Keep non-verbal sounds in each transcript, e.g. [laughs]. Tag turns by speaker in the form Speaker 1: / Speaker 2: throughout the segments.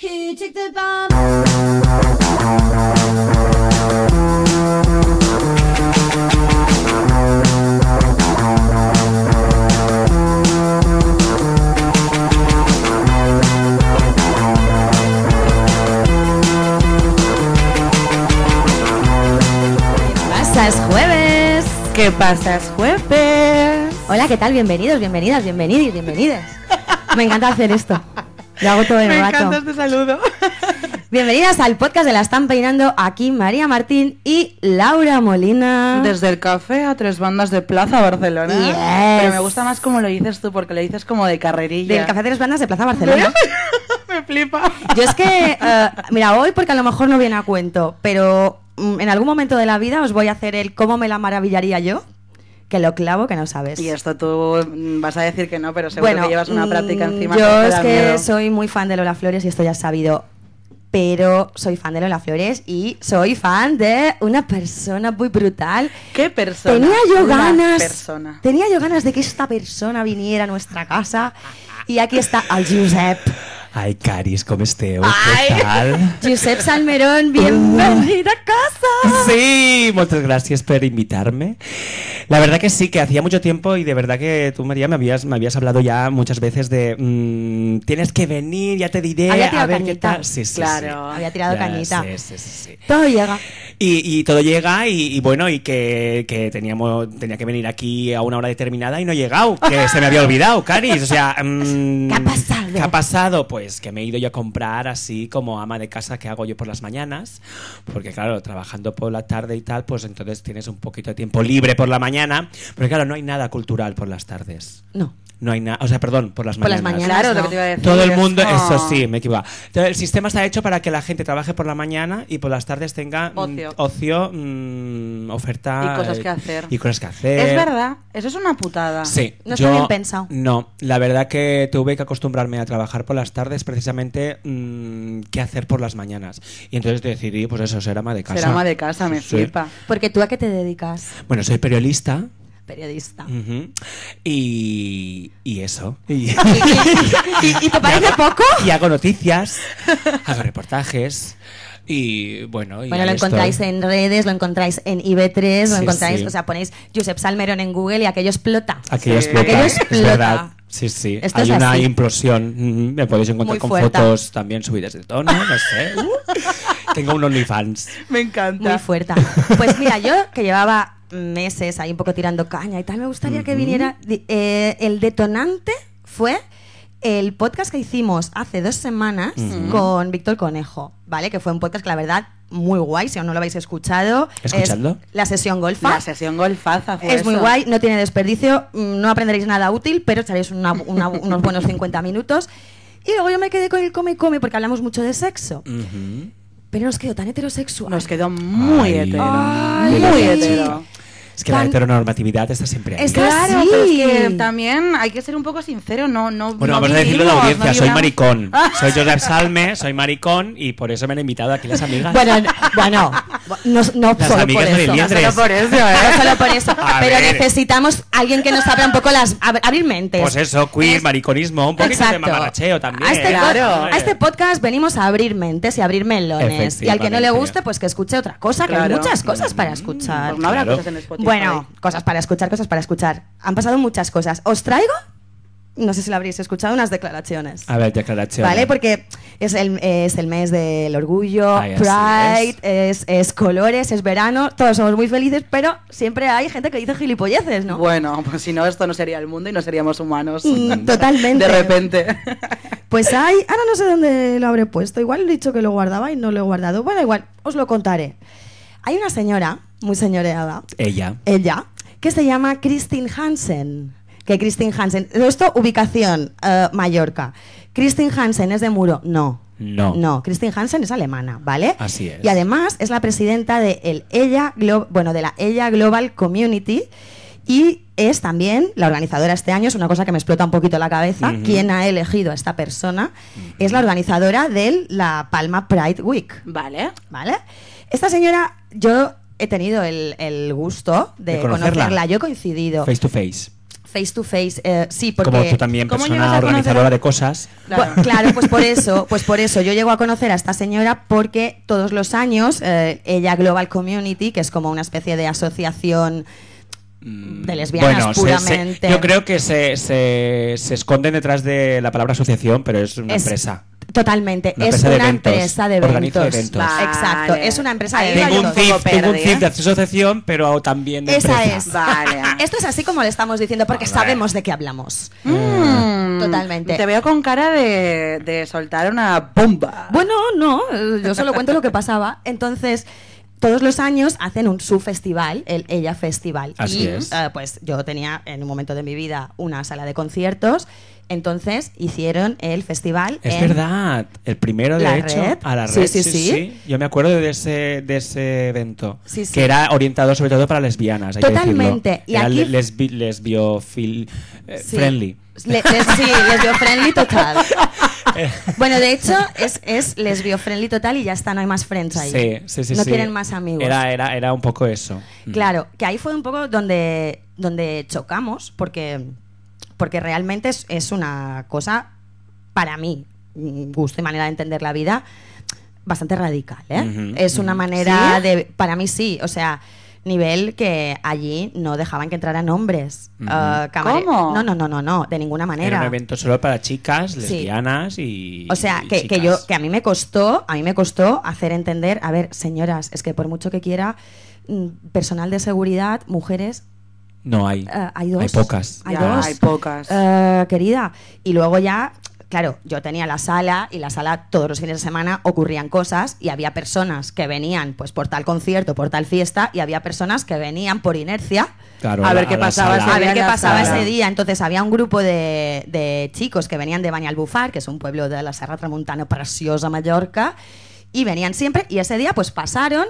Speaker 1: Who took the bomb? Pasas jueves.
Speaker 2: ¿Qué pasas, jueves?
Speaker 1: Hola, ¿qué tal? Bienvenidos, bienvenidas, bienvenidos, bienvenidas. Me encanta hacer esto. Lo hago todo el
Speaker 2: Me
Speaker 1: rato.
Speaker 2: encanta este saludo.
Speaker 1: Bienvenidas al podcast de La Están Peinando. Aquí María Martín y Laura Molina.
Speaker 2: [laughs] Desde el café a tres bandas de Plaza Barcelona.
Speaker 1: Yes.
Speaker 2: Pero me gusta más como lo dices tú, porque lo dices como de carrerilla.
Speaker 1: Del Café de las Blandas de Plaza Barcelona. [laughs]
Speaker 2: me flipa.
Speaker 1: Yo es que, eh, mira, hoy porque a lo mejor no viene a cuento, pero mm, en algún momento de la vida os voy a hacer el cómo me la maravillaría yo, que lo clavo que no sabes.
Speaker 2: Y esto tú mm, vas a decir que no, pero seguro que llevas una práctica
Speaker 1: mm,
Speaker 2: encima.
Speaker 1: Yo
Speaker 2: te
Speaker 1: es
Speaker 2: da
Speaker 1: que
Speaker 2: miedo.
Speaker 1: soy muy fan de Lola Flores y esto ya es sabido. Pero soy fan de Lola Flores y soy fan de una persona muy brutal.
Speaker 2: ¿Qué persona?
Speaker 1: tenía yo
Speaker 2: Una
Speaker 1: ganas.
Speaker 2: persona.
Speaker 1: Tenía yo ganas de que esta persona viniera a nuestra casa. Y aquí está al
Speaker 2: [laughs]
Speaker 1: Josep.
Speaker 3: Ai, Caris, com esteu?
Speaker 1: Ai!
Speaker 3: Què tal?
Speaker 1: Josep Salmerón, bienvenido a casa.
Speaker 3: Sí, muchas gracias por invitarme. La verdad que sí, que hacía mucho tiempo y de verdad que tú, María, me habías, me habías hablado ya muchas veces de mm, tienes que venir, ya te diré,
Speaker 1: Había tirado
Speaker 3: a ver qué
Speaker 1: cañita.
Speaker 3: tal. Sí, sí,
Speaker 2: Claro.
Speaker 1: Había tirado
Speaker 3: Ya,
Speaker 1: cañita.
Speaker 3: sí, sí, sí, sí.
Speaker 1: Todo llega.
Speaker 3: Y, y todo llega y, y bueno, y que, que teníamos, tenía que venir aquí a una hora determinada y no he llegado, que se me había olvidado, Caris.
Speaker 1: [laughs]
Speaker 3: O sea, mm,
Speaker 1: ¿Qué ha pasado?
Speaker 3: ¿Qué ha pasado? Pues que me he ido yo a comprar así como ama de casa que hago yo por las mañanas, porque claro, trabajando por la tarde y tal, pues entonces tienes un poquito de tiempo libre por la mañana, pero claro, no hay nada cultural por las tardes.
Speaker 1: No.
Speaker 3: No hay nada, o sea, perdón, por las
Speaker 1: Por las
Speaker 3: mañanas.
Speaker 1: mañanas.
Speaker 2: Claro,
Speaker 1: no.
Speaker 2: lo que te iba a decir.
Speaker 3: Todo el
Speaker 2: es
Speaker 3: mundo,
Speaker 2: como-
Speaker 3: eso sí, me equivoco. El sistema está hecho para que la gente trabaje por la mañana y por las tardes tenga mm,
Speaker 2: Ocio.
Speaker 3: ocio, mm, oferta
Speaker 2: Y cosas que hacer.
Speaker 3: Y cosas que hacer.
Speaker 2: Es verdad, eso es una putada.
Speaker 3: Sí,
Speaker 1: No está
Speaker 3: yo,
Speaker 1: bien pensado.
Speaker 3: No, la verdad que tuve que acostumbrarme a trabajar por las tardes precisamente mm, qué hacer por las mañanas. Y entonces decidí, pues eso, ser ama de casa.
Speaker 2: Ser ama de casa, me
Speaker 3: Sí, sí.
Speaker 2: flipa.
Speaker 1: Porque tú a qué te dedicas,
Speaker 3: Bueno, soy periodista.
Speaker 1: periodista.
Speaker 3: ujú, y,
Speaker 2: [laughs]
Speaker 3: y eso. Y-
Speaker 1: [laughs] ¿Y, y te parece poco?
Speaker 3: y hago noticias, [laughs] hago reportajes y bueno. Y
Speaker 1: Bueno, lo
Speaker 3: ahí estoy.
Speaker 1: encontráis en redes, lo encontráis en IB3, lo
Speaker 3: Sí,
Speaker 1: encontráis,
Speaker 3: sí.
Speaker 1: o sea, ponéis Josep Salmerón en Google y aquello explota.
Speaker 3: Aquello
Speaker 2: Sí.
Speaker 3: explota,
Speaker 1: Aquello
Speaker 3: es
Speaker 1: explota.
Speaker 3: verdad. Sí, sí.
Speaker 1: Esto
Speaker 3: Hay
Speaker 1: es
Speaker 3: una
Speaker 1: así.
Speaker 3: implosión. Mm, Me podéis encontrar
Speaker 1: Muy
Speaker 3: con
Speaker 1: fuerte.
Speaker 3: fotos también subidas de tono, no
Speaker 1: [laughs]
Speaker 3: sé. Uh, Tengo un OnlyFans.
Speaker 2: Me encanta.
Speaker 1: Muy
Speaker 3: [laughs]
Speaker 1: fuerte. Pues mira, yo que llevaba meses ahí un poco tirando caña y tal, me gustaría que viniera. di- eh, el detonante fue el podcast que hicimos hace dos semanas con Víctor Conejo, ¿vale? Que fue un podcast que la verdad muy guay, si aún no lo habéis escuchado. es
Speaker 3: ¿Escuchadlo?
Speaker 1: la sesión golfa.
Speaker 2: La sesión golfaza fue
Speaker 3: Pues
Speaker 1: Es muy
Speaker 2: eso.
Speaker 1: guay, no tiene desperdicio, mm, no aprenderéis nada útil, pero echaréis una- una- unos buenos 50 minutos. Y luego yo me quedé con el come y come porque hablamos mucho de sexo,
Speaker 3: Ujú.
Speaker 1: pero nos quedó tan heterosexual.
Speaker 2: Nos quedó muy
Speaker 3: Ay.
Speaker 2: hetero.
Speaker 1: Ay.
Speaker 2: muy
Speaker 1: Ay.
Speaker 2: hetero.
Speaker 3: Es que la
Speaker 1: Tan-
Speaker 3: heteronormatividad está siempre ahí.
Speaker 1: Está-
Speaker 2: Claro,
Speaker 1: Sí.
Speaker 2: pero es que también hay que ser un poco sincero, no, no.
Speaker 3: Bueno,
Speaker 2: no
Speaker 3: vamos a decirlo a la
Speaker 2: vivimos,
Speaker 3: audiencia.
Speaker 2: no
Speaker 3: soy
Speaker 2: vibramos.
Speaker 1: [laughs]
Speaker 2: [laughs]
Speaker 3: maricón. Soy Josep Salme, soy maricón y por eso me han invitado aquí las amigas.
Speaker 1: Bueno, n- [laughs] bueno, no, no
Speaker 3: Las
Speaker 1: solo por
Speaker 3: amigas de
Speaker 1: eso.
Speaker 3: Lilian.
Speaker 1: No
Speaker 3: Andrés.
Speaker 2: Solo por eso,
Speaker 3: [laughs]
Speaker 1: solo- no
Speaker 2: ¿eh?
Speaker 1: solo por eso,
Speaker 3: A
Speaker 1: pero
Speaker 3: ver.
Speaker 1: necesitamos alguien que nos abra un poco las ab- abrir mentes.
Speaker 3: pues eso, queer, mariconismo, un poquito de mamarracheo también.
Speaker 1: Este
Speaker 3: ¿eh?
Speaker 1: A este,
Speaker 2: Claro.
Speaker 1: pod- a este podcast venimos a abrir mentes y a abrir melones. Y al que no le
Speaker 3: Efectivamente. Mm,
Speaker 1: guste, pues que escuche otra cosa, que hay
Speaker 2: Claro.
Speaker 1: muchas cosas para escuchar.
Speaker 2: Pues no habrá
Speaker 3: Claro.
Speaker 2: cosas en Spotify.
Speaker 1: Bueno, cosas para escuchar, cosas para escuchar. Han pasado muchas cosas. Os traigo, no sé si lo habréis escuchado, unas declaraciones.
Speaker 3: A ver, declaración.
Speaker 1: ¿Vale? Porque es el, es el mes del orgullo,
Speaker 3: Ay, así
Speaker 1: Pride, es. es colores, es verano, todos somos muy felices, pero siempre hay gente que dice gilipolleces, ¿no?
Speaker 2: Bueno, pues si no, esto no sería el mundo y no seríamos humanos. [laughs]
Speaker 1: Mm, totalmente.
Speaker 2: De repente.
Speaker 1: Pues hay, ahora no sé dónde lo habré puesto, igual he dicho que lo guardaba y no lo he guardado. Bueno, igual, os lo contaré. Hay una señora, muy señoreada,
Speaker 3: Ella.
Speaker 1: ella, que se llama Christine Hansen. Que Christine Hansen, esto ubicación, eh, Mallorca. Christine Hansen es de Muro, no.
Speaker 3: No.
Speaker 1: No, Christine Hansen es alemana, ¿vale?
Speaker 3: Así es.
Speaker 1: Y además es la presidenta de el Ella Glo- bueno, de la Ella Global Community y es también la organizadora este año, es una cosa que me explota un poquito la cabeza,
Speaker 3: Ujú.
Speaker 1: quien ha elegido a esta persona es la organizadora de la Palma Pride Week.
Speaker 2: Vale.
Speaker 1: [laughs] ¿Vale? Esta señora, yo he tenido el, el gusto de,
Speaker 3: De
Speaker 1: conocerla.
Speaker 3: conocerla.
Speaker 1: yo he coincidido
Speaker 3: Face to face.
Speaker 1: Face to face, eh, sí, porque...
Speaker 3: Como tú también,
Speaker 2: ¿Cómo
Speaker 3: persona
Speaker 2: llegas a conocer
Speaker 3: organizadora
Speaker 2: a-
Speaker 3: de cosas.
Speaker 2: Claro.
Speaker 1: Pues, claro, pues
Speaker 3: [laughs]
Speaker 1: por eso, pues por eso yo llego a conocer a esta señora porque todos los años eh, ella Global Community, que es como una especie de asociación de lesbianas
Speaker 3: Mm, Bueno, se- se-
Speaker 1: puramente.
Speaker 3: yo creo que se, se, se esconden detrás de la palabra asociación, pero es una
Speaker 1: Es-
Speaker 3: empresa.
Speaker 1: Totalmente,
Speaker 3: Una
Speaker 1: es
Speaker 3: empresa de
Speaker 1: una
Speaker 3: eventos.
Speaker 1: empresa de
Speaker 3: Organiza
Speaker 1: eventos.
Speaker 3: eventos.
Speaker 1: Va- Exacto,
Speaker 2: Vale.
Speaker 1: es una empresa de
Speaker 2: Ahí va
Speaker 3: Tengo
Speaker 2: yo
Speaker 1: eventos.
Speaker 3: un,
Speaker 2: un poco
Speaker 3: CIF, tengo un
Speaker 2: perdida.
Speaker 3: CIF de asociación, pero también de
Speaker 1: Esa
Speaker 3: empresa.
Speaker 1: es.
Speaker 2: Vale.
Speaker 1: [laughs] Esto es así como lo estamos diciendo porque
Speaker 3: Vale.
Speaker 1: sabemos de qué hablamos.
Speaker 2: Mm.
Speaker 1: Totalmente.
Speaker 2: Te veo con cara de, de soltar una bomba.
Speaker 1: Bueno, no, eh, yo solo cuento lo que pasaba. Entonces, todos los años hacen un su festival, el Ella Festival.
Speaker 3: Así
Speaker 1: y
Speaker 3: es.
Speaker 1: eh, pues yo tenía en un momento de mi vida una sala de conciertos, entonces hicieron el festival
Speaker 3: Es
Speaker 1: en
Speaker 3: verdad, el primero de
Speaker 1: La
Speaker 3: hecho
Speaker 1: red.
Speaker 3: a la red.
Speaker 1: Sí, sí, sí.
Speaker 3: Yo me acuerdo de ese, de ese evento
Speaker 1: Sí, sí.
Speaker 3: que era orientado sobre todo para lesbianas. hay que decirlo.
Speaker 1: Totalmente. Y
Speaker 3: era
Speaker 1: aquí-
Speaker 3: le- lesbi- lesbiofil- eh,
Speaker 1: Sí.
Speaker 3: friendly.
Speaker 1: Le- les- sí, lesbiofriendly
Speaker 3: [laughs]
Speaker 1: total. Bueno, de hecho, es, es lesbiofriendly total y ya está, no hay más friends Pues ahí.
Speaker 3: Sí, sí, sí,
Speaker 1: No
Speaker 3: sí.
Speaker 1: quieren más amigos.
Speaker 3: Era, era, era un poco eso. Mm.
Speaker 1: Claro, que ahí fue un poco donde, donde chocamos, porque, porque realmente es, es una cosa, para mí, mm, gusto y manera de entender la vida, bastante radical. ¿eh?
Speaker 3: Ujú,
Speaker 1: es una
Speaker 3: ujú.
Speaker 1: manera
Speaker 2: ¿Sí?
Speaker 1: de. Para mí sí, o sea. Nivel que allí no dejaban que entraran hombres.
Speaker 3: Ujú.
Speaker 1: Ah, camare-
Speaker 2: ¿Cómo?
Speaker 1: No, no, no, no, no, de ninguna manera.
Speaker 3: Era un evento solo para chicas,
Speaker 1: Sí.
Speaker 3: lesbianas y.
Speaker 1: O sea,
Speaker 3: y
Speaker 1: que, que
Speaker 3: chicas.
Speaker 1: yo, que a mí me costó, a mí me costó hacer entender, a ver, señoras, es que por mucho que quiera, mm, personal de seguridad, mujeres,
Speaker 3: No hay.
Speaker 1: eh, hay dos.
Speaker 3: Hay pocas.
Speaker 1: Hay
Speaker 2: Ya,
Speaker 1: dos.
Speaker 2: hay pocas.
Speaker 1: Eh, querida. Y luego ya, claro, yo tenía la sala y la sala todos los fines de semana ocurrían cosas y había personas que venían pues por tal concierto, por tal fiesta y había personas que venían por inercia
Speaker 3: Claro,
Speaker 2: A ver
Speaker 3: la-
Speaker 2: qué
Speaker 3: la
Speaker 2: pasaba
Speaker 3: sala.
Speaker 2: ese
Speaker 1: a
Speaker 2: día
Speaker 1: ver
Speaker 2: en
Speaker 1: qué
Speaker 2: la
Speaker 1: pasaba
Speaker 3: sala.
Speaker 1: ese día. Entonces había un grupo de, de chicos que venían de Banyalbufar, que es un pueblo de la Serra Tramuntana preciosa Mallorca, y venían siempre. Y ese día pues pasaron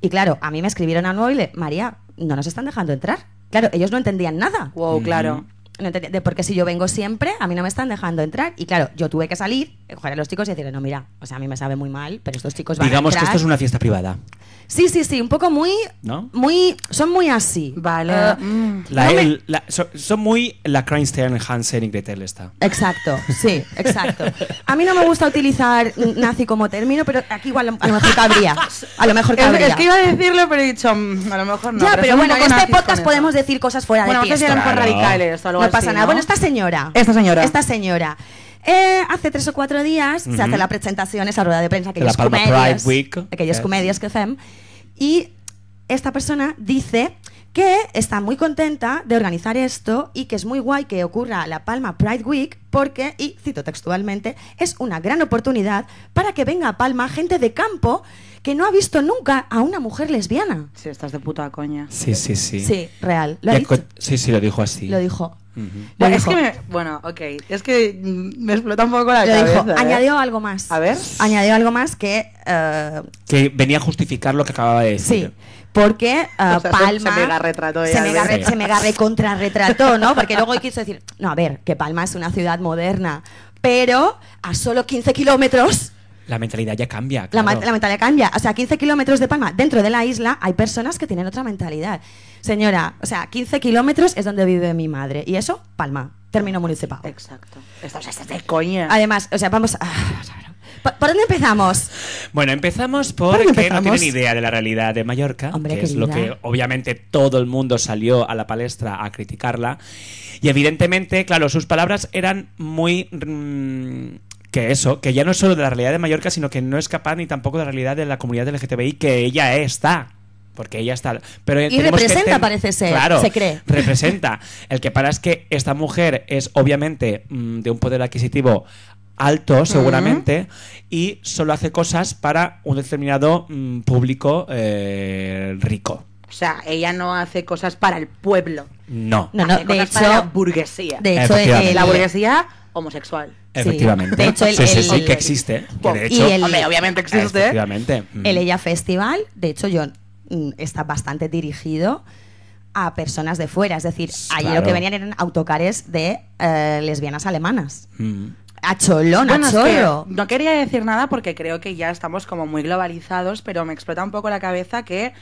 Speaker 1: y claro, a mí me escribieron al móvil, María, no nos están dejando entrar. Claro, ellos no entendían nada.
Speaker 2: Wow, claro.
Speaker 1: No entendían de por qué si yo vengo siempre, a mí no me están dejando entrar. Y claro, yo tuve que salir, coger a los chicos y decirles, no, mira, o sea, a mí me sabe muy mal, pero estos chicos van a
Speaker 3: Digamos que
Speaker 1: entrar.
Speaker 3: esto es una fiesta privada,
Speaker 1: Sí, sí, sí, un poco muy...
Speaker 3: ¿no?
Speaker 1: muy son muy así.
Speaker 2: Vale.
Speaker 1: Eh,
Speaker 2: Mm.
Speaker 3: La-
Speaker 1: Mm. No me-
Speaker 3: el- la- so- son muy la Kreinstein, Hansen y Gretel esta.
Speaker 1: Exacto, sí, exacto. A mí no me gusta utilizar nazi como término, pero aquí igual a lo mejor cabría. A lo mejor
Speaker 2: Es,
Speaker 1: cabría.
Speaker 2: es que iba a decirlo, pero he dicho, mm, a lo mejor no.
Speaker 1: ya, pero, bueno,
Speaker 2: soy muy
Speaker 1: con este
Speaker 2: nazis
Speaker 1: podcast
Speaker 2: eso.
Speaker 1: podemos decir cosas fuera
Speaker 2: Bueno,
Speaker 1: de
Speaker 2: vamos a
Speaker 1: tiesto.
Speaker 2: decir a lo mejor
Speaker 3: Claro.
Speaker 2: radicales o algo
Speaker 1: no
Speaker 2: así,
Speaker 1: pasa nada.
Speaker 2: ¿no?
Speaker 1: Bueno, esta señora.
Speaker 2: Esta señora.
Speaker 1: Esta señora. eh, hace tres o cuatro días se hace la presentación, esa rueda de prensa, aquellas
Speaker 3: Palma Pride
Speaker 1: comedias,
Speaker 3: Week.
Speaker 1: aquellas
Speaker 3: Yes.
Speaker 1: comedias que fem, y esta persona dice que está muy contenta de organizar esto y que es muy guay que ocurra la Palma Pride Week porque, y cito textualmente, es una gran oportunidad para que venga a Palma gente de campo que no ha visto nunca a una mujer lesbiana.
Speaker 2: Sí, estás de puta coña.
Speaker 3: Sí, sí, sí.
Speaker 1: Sí, real. Lo, ha
Speaker 3: Ya
Speaker 1: dicho.
Speaker 3: co- sí, sí, lo dijo así.
Speaker 1: Lo dijo.
Speaker 3: Ujú.
Speaker 1: Lo
Speaker 2: Bueno, es
Speaker 1: dijo.
Speaker 2: que me, bueno, ok. Es que mm, me explota un poco la
Speaker 1: Lo
Speaker 2: cabeza.
Speaker 1: dijo.
Speaker 2: ¿eh?
Speaker 1: Añadió algo más.
Speaker 2: A ver.
Speaker 1: Añadió algo más que. eh,
Speaker 3: Que venía a justificar lo que acababa de decir.
Speaker 1: sí. Porque eh,
Speaker 2: O sea, se-
Speaker 1: Palma.
Speaker 2: se mega retrató ya,
Speaker 1: Se mega,
Speaker 3: ¿verdad?
Speaker 1: re- se mega recontra retrató, ¿no? Porque luego quiso decir. No, a ver, que Palma es una ciudad moderna. Pero a solo 15 kilómetros.
Speaker 3: La mentalidad ya cambia.
Speaker 1: La, ma-
Speaker 3: claro.
Speaker 1: la mentalidad cambia. O sea, 15 kilómetros de Palma, dentro de la isla, hay personas que tienen otra mentalidad. Señora, o sea, 15 kilómetros es donde vive mi madre. Y eso, Palma, término municipal.
Speaker 2: Exacto. Estás, estás de coña.
Speaker 1: Además, o sea, vamos. ah, vamos a ver. ¿Por- ¿Por dónde empezamos?
Speaker 3: Bueno, empezamos
Speaker 1: ¿Por
Speaker 3: porque
Speaker 1: dónde empezamos?
Speaker 3: no tienen idea de la realidad de Mallorca,
Speaker 1: Hombre,
Speaker 3: que es lo
Speaker 1: querida.
Speaker 3: que obviamente todo el mundo salió a la palestra a criticarla. Y evidentemente, claro, sus palabras eran muy... mm, que eso, que ya no es solo de la realidad de Mallorca, sino que no es capaz ni tampoco de la realidad de la comunidad LGTBI que ella está. Porque ella está. Pero tenemos que
Speaker 1: representa,
Speaker 3: enten-
Speaker 1: parece ser,
Speaker 3: Claro,
Speaker 1: se cree.
Speaker 3: representa. El que para es que esta mujer es obviamente mm, de un poder adquisitivo alto, seguramente, y solo hace cosas para un determinado mm, público eh, rico.
Speaker 2: O sea, ella no hace cosas para el pueblo.
Speaker 3: No,
Speaker 1: No, no,
Speaker 2: hace
Speaker 1: de
Speaker 2: cosas para la
Speaker 1: hecho,
Speaker 2: burguesía.
Speaker 1: de hecho, eh,
Speaker 3: Efectivamente.
Speaker 1: el-
Speaker 2: la burguesía homosexual.
Speaker 3: efectivamente.
Speaker 1: De hecho, el-
Speaker 3: sí, sí, sí,
Speaker 1: el-
Speaker 3: que existe. que de
Speaker 1: Y
Speaker 3: hecho,
Speaker 1: el-
Speaker 2: Hombre, obviamente existe.
Speaker 3: Efectivamente. mm.
Speaker 1: el Ella Festival, de hecho, yo mm, está bastante dirigido a personas de fuera. Es decir, ayer lo
Speaker 3: Claro.
Speaker 1: que venían eran autocares de eh, lesbianas alemanas.
Speaker 3: Mm.
Speaker 1: A cholón,
Speaker 2: Bueno,
Speaker 1: a
Speaker 2: es que
Speaker 1: chorro.
Speaker 2: no quería decir nada porque creo que ya estamos como muy globalizados, pero me explota un poco la cabeza que,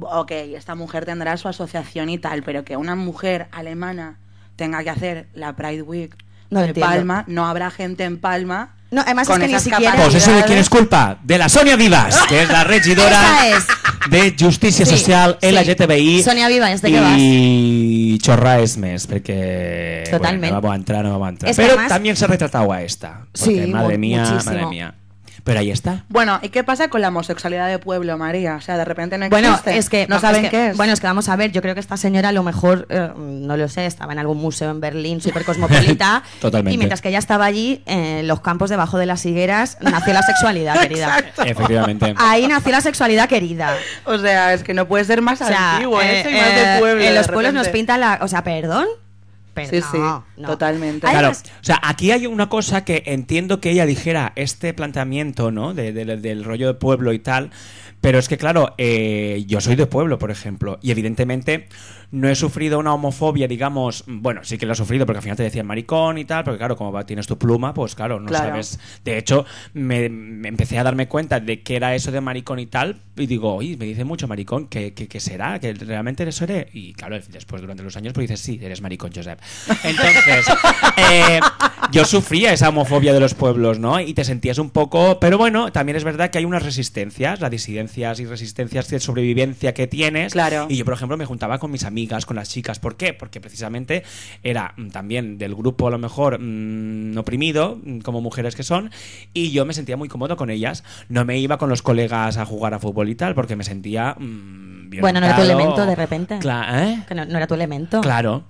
Speaker 2: ok, esta mujer tendrá su asociación y tal, pero que una mujer alemana tenga que hacer la Pride Week
Speaker 1: No lo
Speaker 2: de
Speaker 1: entiendo.
Speaker 2: Palma, no habrá gente en Palma.
Speaker 1: No, además
Speaker 2: con
Speaker 1: es que ni
Speaker 2: esas
Speaker 1: siquiera-
Speaker 3: Pues eso de quién
Speaker 2: capacidades.
Speaker 3: es culpa, de la Sonia Vivas, que es la regidora
Speaker 1: Esa es.
Speaker 3: de Justícia
Speaker 1: Sí,
Speaker 3: Social
Speaker 1: sí.
Speaker 3: LGTBI.
Speaker 1: Sonia Vivas, ¿de
Speaker 3: i
Speaker 1: què
Speaker 3: vas? Chorraes més, perquè
Speaker 1: Totalment.
Speaker 3: bueno, no vamos a entrar, no vamos a entrar.
Speaker 1: Es que
Speaker 3: Pero
Speaker 1: además-
Speaker 3: también se retrataba a esta. Porque,
Speaker 1: Sí,
Speaker 3: madre
Speaker 1: mu-
Speaker 3: mía,
Speaker 1: muchísimo.
Speaker 3: madre mía. Pero ahí está.
Speaker 2: Bueno, ¿y qué pasa con la homosexualidad de pueblo, María? O sea, de repente no existe.
Speaker 1: Bueno, es que
Speaker 2: no
Speaker 1: es
Speaker 2: saben
Speaker 1: que-
Speaker 2: qué es.
Speaker 1: Bueno,
Speaker 2: [laughs]
Speaker 1: es que vamos a ver. Yo creo que esta señora a lo mejor, eh, no lo sé, estaba en algún museo en Berlín súper
Speaker 3: [laughs]
Speaker 1: cosmopolita.
Speaker 3: Totalmente.
Speaker 1: Y mientras que ella estaba allí, eh, en los campos debajo de las higueras, nació la sexualidad, querida.
Speaker 2: Exacto.
Speaker 3: Efectivamente.
Speaker 1: Ahí nació la sexualidad, querida.
Speaker 2: O sea, es que no puede ser más
Speaker 1: O sea,
Speaker 2: antiguo
Speaker 1: eh,
Speaker 2: eso y más de
Speaker 1: eh,
Speaker 2: pueblo.
Speaker 1: en
Speaker 2: de
Speaker 1: los pueblos nos
Speaker 2: repente.
Speaker 1: pintan la. O sea, perdón. Pero
Speaker 2: Sí, sí,
Speaker 1: no, no.
Speaker 2: totalmente.
Speaker 1: Hay
Speaker 3: Claro,
Speaker 1: unas-
Speaker 3: o sea, aquí hay una cosa que entiendo que ella dijera este planteamiento, ¿no? De- de- del rollo de pueblo y tal, pero es que, claro, eh, yo soy de pueblo, por ejemplo, y evidentemente no he sufrido una homofobia, digamos, bueno, sí que la he sufrido porque al final te decían maricón y tal, porque claro, como va- tienes tu pluma, pues claro, no
Speaker 2: Claro.
Speaker 3: sabes. De hecho, me, me empecé a darme cuenta de que era eso de maricón y tal, y digo, oye, me dice mucho maricón, ¿qué, qué, qué será? ¿Que realmente eres eres? Y claro, después durante los años, pues dices, sí, eres maricón, Josep. Entonces, eh, yo sufría esa homofobia de los pueblos, ¿no? Y te sentías un poco. Pero bueno, también es verdad que hay unas resistencias, las disidencias y resistencias de sobrevivencia que tienes.
Speaker 2: Claro.
Speaker 3: Y yo, por ejemplo, me juntaba con mis amigas, con las chicas. ¿Por qué? Porque precisamente era mm, también del grupo, a lo mejor, mm, oprimido, mm, como mujeres que son, y yo me sentía muy cómodo con ellas. No me iba con los colegas a jugar a fútbol y tal, porque me sentía. mm,
Speaker 1: Bueno, no era tu
Speaker 3: violentado.
Speaker 1: elemento de repente.
Speaker 3: Cla- ¿eh?
Speaker 1: Que no, no era tu elemento.
Speaker 3: Claro.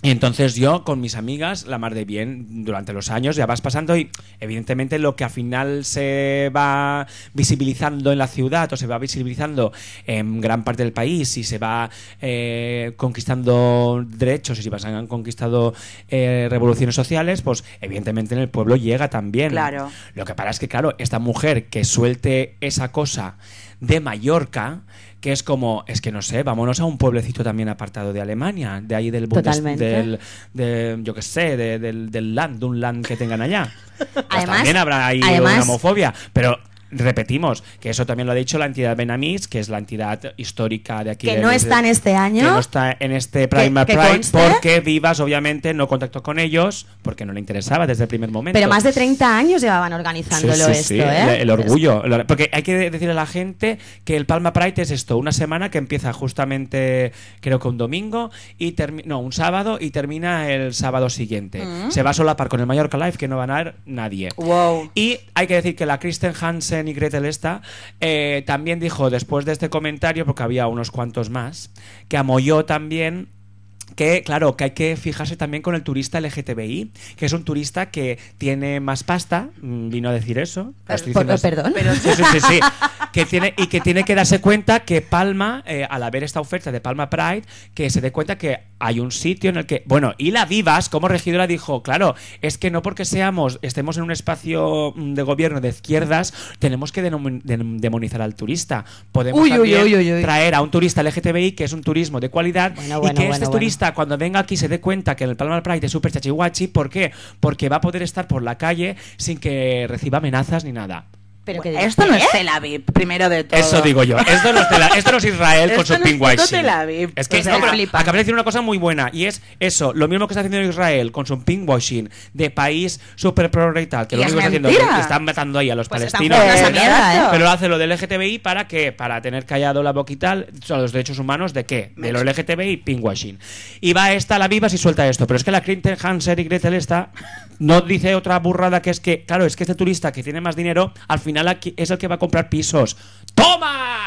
Speaker 3: Y entonces yo con mis amigas, la mar de bien, durante los años ya vas pasando y evidentemente lo que al final se va visibilizando en la ciudad o se va visibilizando en gran parte del país y se va eh, conquistando derechos y se van conquistado eh, revoluciones sociales, pues evidentemente en el pueblo llega también.
Speaker 2: Claro.
Speaker 3: Lo que pasa es que, claro, esta mujer que suelte esa cosa de Mallorca, que es como, es que no sé, vámonos a un pueblecito también apartado de Alemania, de ahí del Bundes-
Speaker 1: Totalmente.
Speaker 3: del, de, yo qué sé, de- del, del land, de un land que
Speaker 1: [laughs]
Speaker 3: tengan allá. Pues
Speaker 1: Además-
Speaker 3: también habrá ahí
Speaker 1: además-
Speaker 3: una homofobia, pero repetimos que eso también lo ha dicho la entidad Benamís, que es la entidad histórica de aquí.
Speaker 1: Que
Speaker 3: del-
Speaker 1: no está en este año.
Speaker 3: que no está en este Prima
Speaker 1: que
Speaker 3: Pride
Speaker 1: conste.
Speaker 3: porque Vivas obviamente no contactó con ellos porque no le interesaba desde el primer momento.
Speaker 1: Pero más de 30 años llevaban organizándolo
Speaker 3: Sí, sí,
Speaker 1: esto,
Speaker 3: sí,
Speaker 1: ¿eh?
Speaker 3: el- El orgullo. el or- Porque hay que de- decirle a la gente que el Palma Pride es esto, una semana que empieza justamente, creo que un domingo, y termi- no, un sábado y termina el sábado siguiente. Se va a solapar con el Mallorca Live que no van a ver nadie.
Speaker 2: Uh. Wow.
Speaker 3: Y hay que decir que la Kristen Hansen y Gretel esta eh, también dijo después de este comentario, porque había unos cuantos más, que amolló también que, claro, que hay que fijarse también con el turista LGTBI, que es un turista que tiene más pasta, mm, vino a decir eso. lo estoy
Speaker 1: Por-
Speaker 3: diciendo así.
Speaker 1: perdón.
Speaker 3: Sí, sí, sí, sí. Que tiene, y que tiene que darse cuenta que Palma, eh, al haber esta oferta de Palma Pride, que se dé cuenta que hay un sitio en el que. Bueno, y la Vivas, como regidora, dijo: claro, es que no porque seamos, estemos en un espacio mm, de gobierno de izquierdas, tenemos que denomin- denom- demonizar al turista. Podemos
Speaker 1: Uy, uy,
Speaker 3: también
Speaker 1: uy, uy, uy.
Speaker 3: traer a un turista LGTBI, que es un turismo de cualidad,
Speaker 1: Bueno,
Speaker 3: y
Speaker 1: bueno,
Speaker 3: que
Speaker 1: bueno,
Speaker 3: este
Speaker 1: bueno.
Speaker 3: turista, cuando venga aquí, se dé cuenta que en el Palma Pride es súper chachihuachi. ¿Por qué? Porque va a poder estar por la calle sin que reciba amenazas ni nada.
Speaker 1: Pero que
Speaker 2: Pues Esto no es Tel Aviv, primero de todo.
Speaker 3: Eso digo yo. Esto no es, Tela- esto no es Israel con
Speaker 2: Esto
Speaker 3: su
Speaker 2: no es
Speaker 3: pinkwashing.
Speaker 2: puto Tel Aviv.
Speaker 3: Es que
Speaker 2: O sea,
Speaker 3: no, pero
Speaker 1: flipa.
Speaker 3: acabé de decir una cosa muy buena y es eso, lo mismo que está haciendo Israel con su pinkwashing de país súper progre y tal, que
Speaker 2: Y
Speaker 3: lo
Speaker 2: es
Speaker 3: único que está haciendo
Speaker 2: mentira.
Speaker 3: es que están matando ahí a los
Speaker 1: Pues están
Speaker 3: palestinos.
Speaker 1: jugando
Speaker 2: esa
Speaker 3: etcétera,
Speaker 2: mierda, ¿eh?
Speaker 3: Pero lo hace lo del LGTBI para qué? Para tener callado la boca y tal, son los derechos humanos de qué? De los LGTBI y pinkwashing. Y va esta la viva si suelta esto, pero es que la Clinton Hanser y Gretel esta no dice otra burrada que es que, claro, es que este turista que tiene más dinero, al final aquí es el que va a comprar pisos. ¡Toma!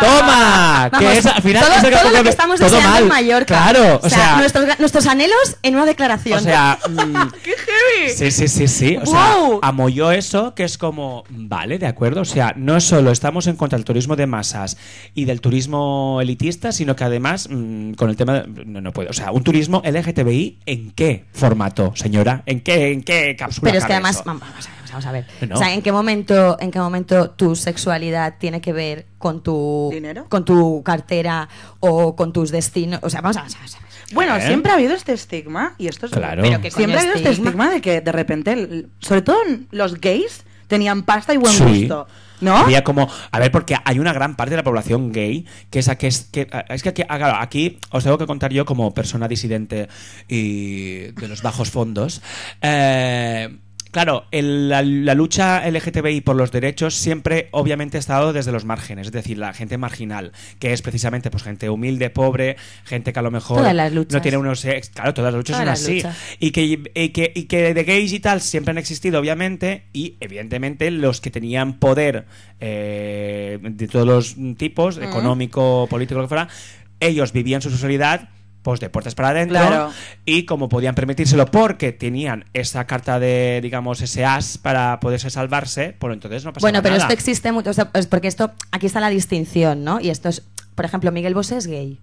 Speaker 3: ¡Toma!
Speaker 1: Vamos,
Speaker 3: que es, al final
Speaker 1: todo,
Speaker 3: es el
Speaker 1: todo lo
Speaker 3: compra-
Speaker 1: que estamos
Speaker 3: todo
Speaker 1: deseando
Speaker 3: mal.
Speaker 1: en Mallorca.
Speaker 3: Claro, o sea,
Speaker 1: nuestros, nuestros anhelos en una declaración.
Speaker 3: o sea, mm,
Speaker 2: ¡Qué heavy!
Speaker 3: Sí, sí, sí, sí. O sea,
Speaker 2: ¡Guau!
Speaker 3: amolló eso, que es como, vale, de acuerdo. O sea, no solo estamos en contra del turismo de masas y del turismo elitista, sino que además, mm, con el tema de- no, no puedo. O sea, un turismo LGTBI, ¿en qué formato, señora? ¿En qué, en qué cápsula?
Speaker 1: pero es que
Speaker 3: cabe
Speaker 1: además,
Speaker 3: eso?
Speaker 1: vamos, vamos a ver. vamos a ver.
Speaker 3: No.
Speaker 1: O sea, ¿en qué, momento, ¿en qué momento tu sexualidad tiene que ver con tu,
Speaker 2: ¿Dinero?
Speaker 1: con tu cartera o con tus destinos? O sea, vamos a ver. vamos a ver.
Speaker 2: Bueno,
Speaker 3: ¿Eh?
Speaker 2: siempre ha habido este estigma y esto es
Speaker 3: Claro.
Speaker 1: Pero que coño
Speaker 2: siempre ha habido este
Speaker 1: estigma.
Speaker 2: estigma de que de repente, el- sobre todo en los gays tenían pasta y buen
Speaker 3: Sí.
Speaker 2: gusto. ¿No?
Speaker 3: Había como, a ver, porque hay una gran parte de la población gay que es a- que es que es que aquí, ah, claro, aquí os tengo que contar yo como persona disidente y de los bajos fondos. Eh, Claro, el- la, la lucha LGTBI por los derechos siempre, obviamente, ha estado desde los márgenes, es decir, la gente marginal, que es precisamente pues gente humilde, pobre, gente que a lo mejor
Speaker 1: Todas las luchas.
Speaker 3: no tiene unos, ex- claro, todas las luchas
Speaker 4: Todas
Speaker 3: son
Speaker 4: las
Speaker 3: así.
Speaker 4: luchas.
Speaker 3: Y que, y que, y que de gays y tal siempre han existido, obviamente, y evidentemente los que tenían poder eh, de todos los tipos, económico, político, lo que fuera, ellos vivían su sexualidad pues de puertas para adentro
Speaker 2: Claro.
Speaker 3: y como podían permitírselo porque tenían esa carta de digamos ese as para poderse salvarse pues entonces no pasaba
Speaker 1: Bueno, pero este
Speaker 3: nada.
Speaker 1: esto existe mucho, o sea, es porque esto, aquí está la distinción, ¿no? Y esto es, por ejemplo, Miguel Bosé es gay.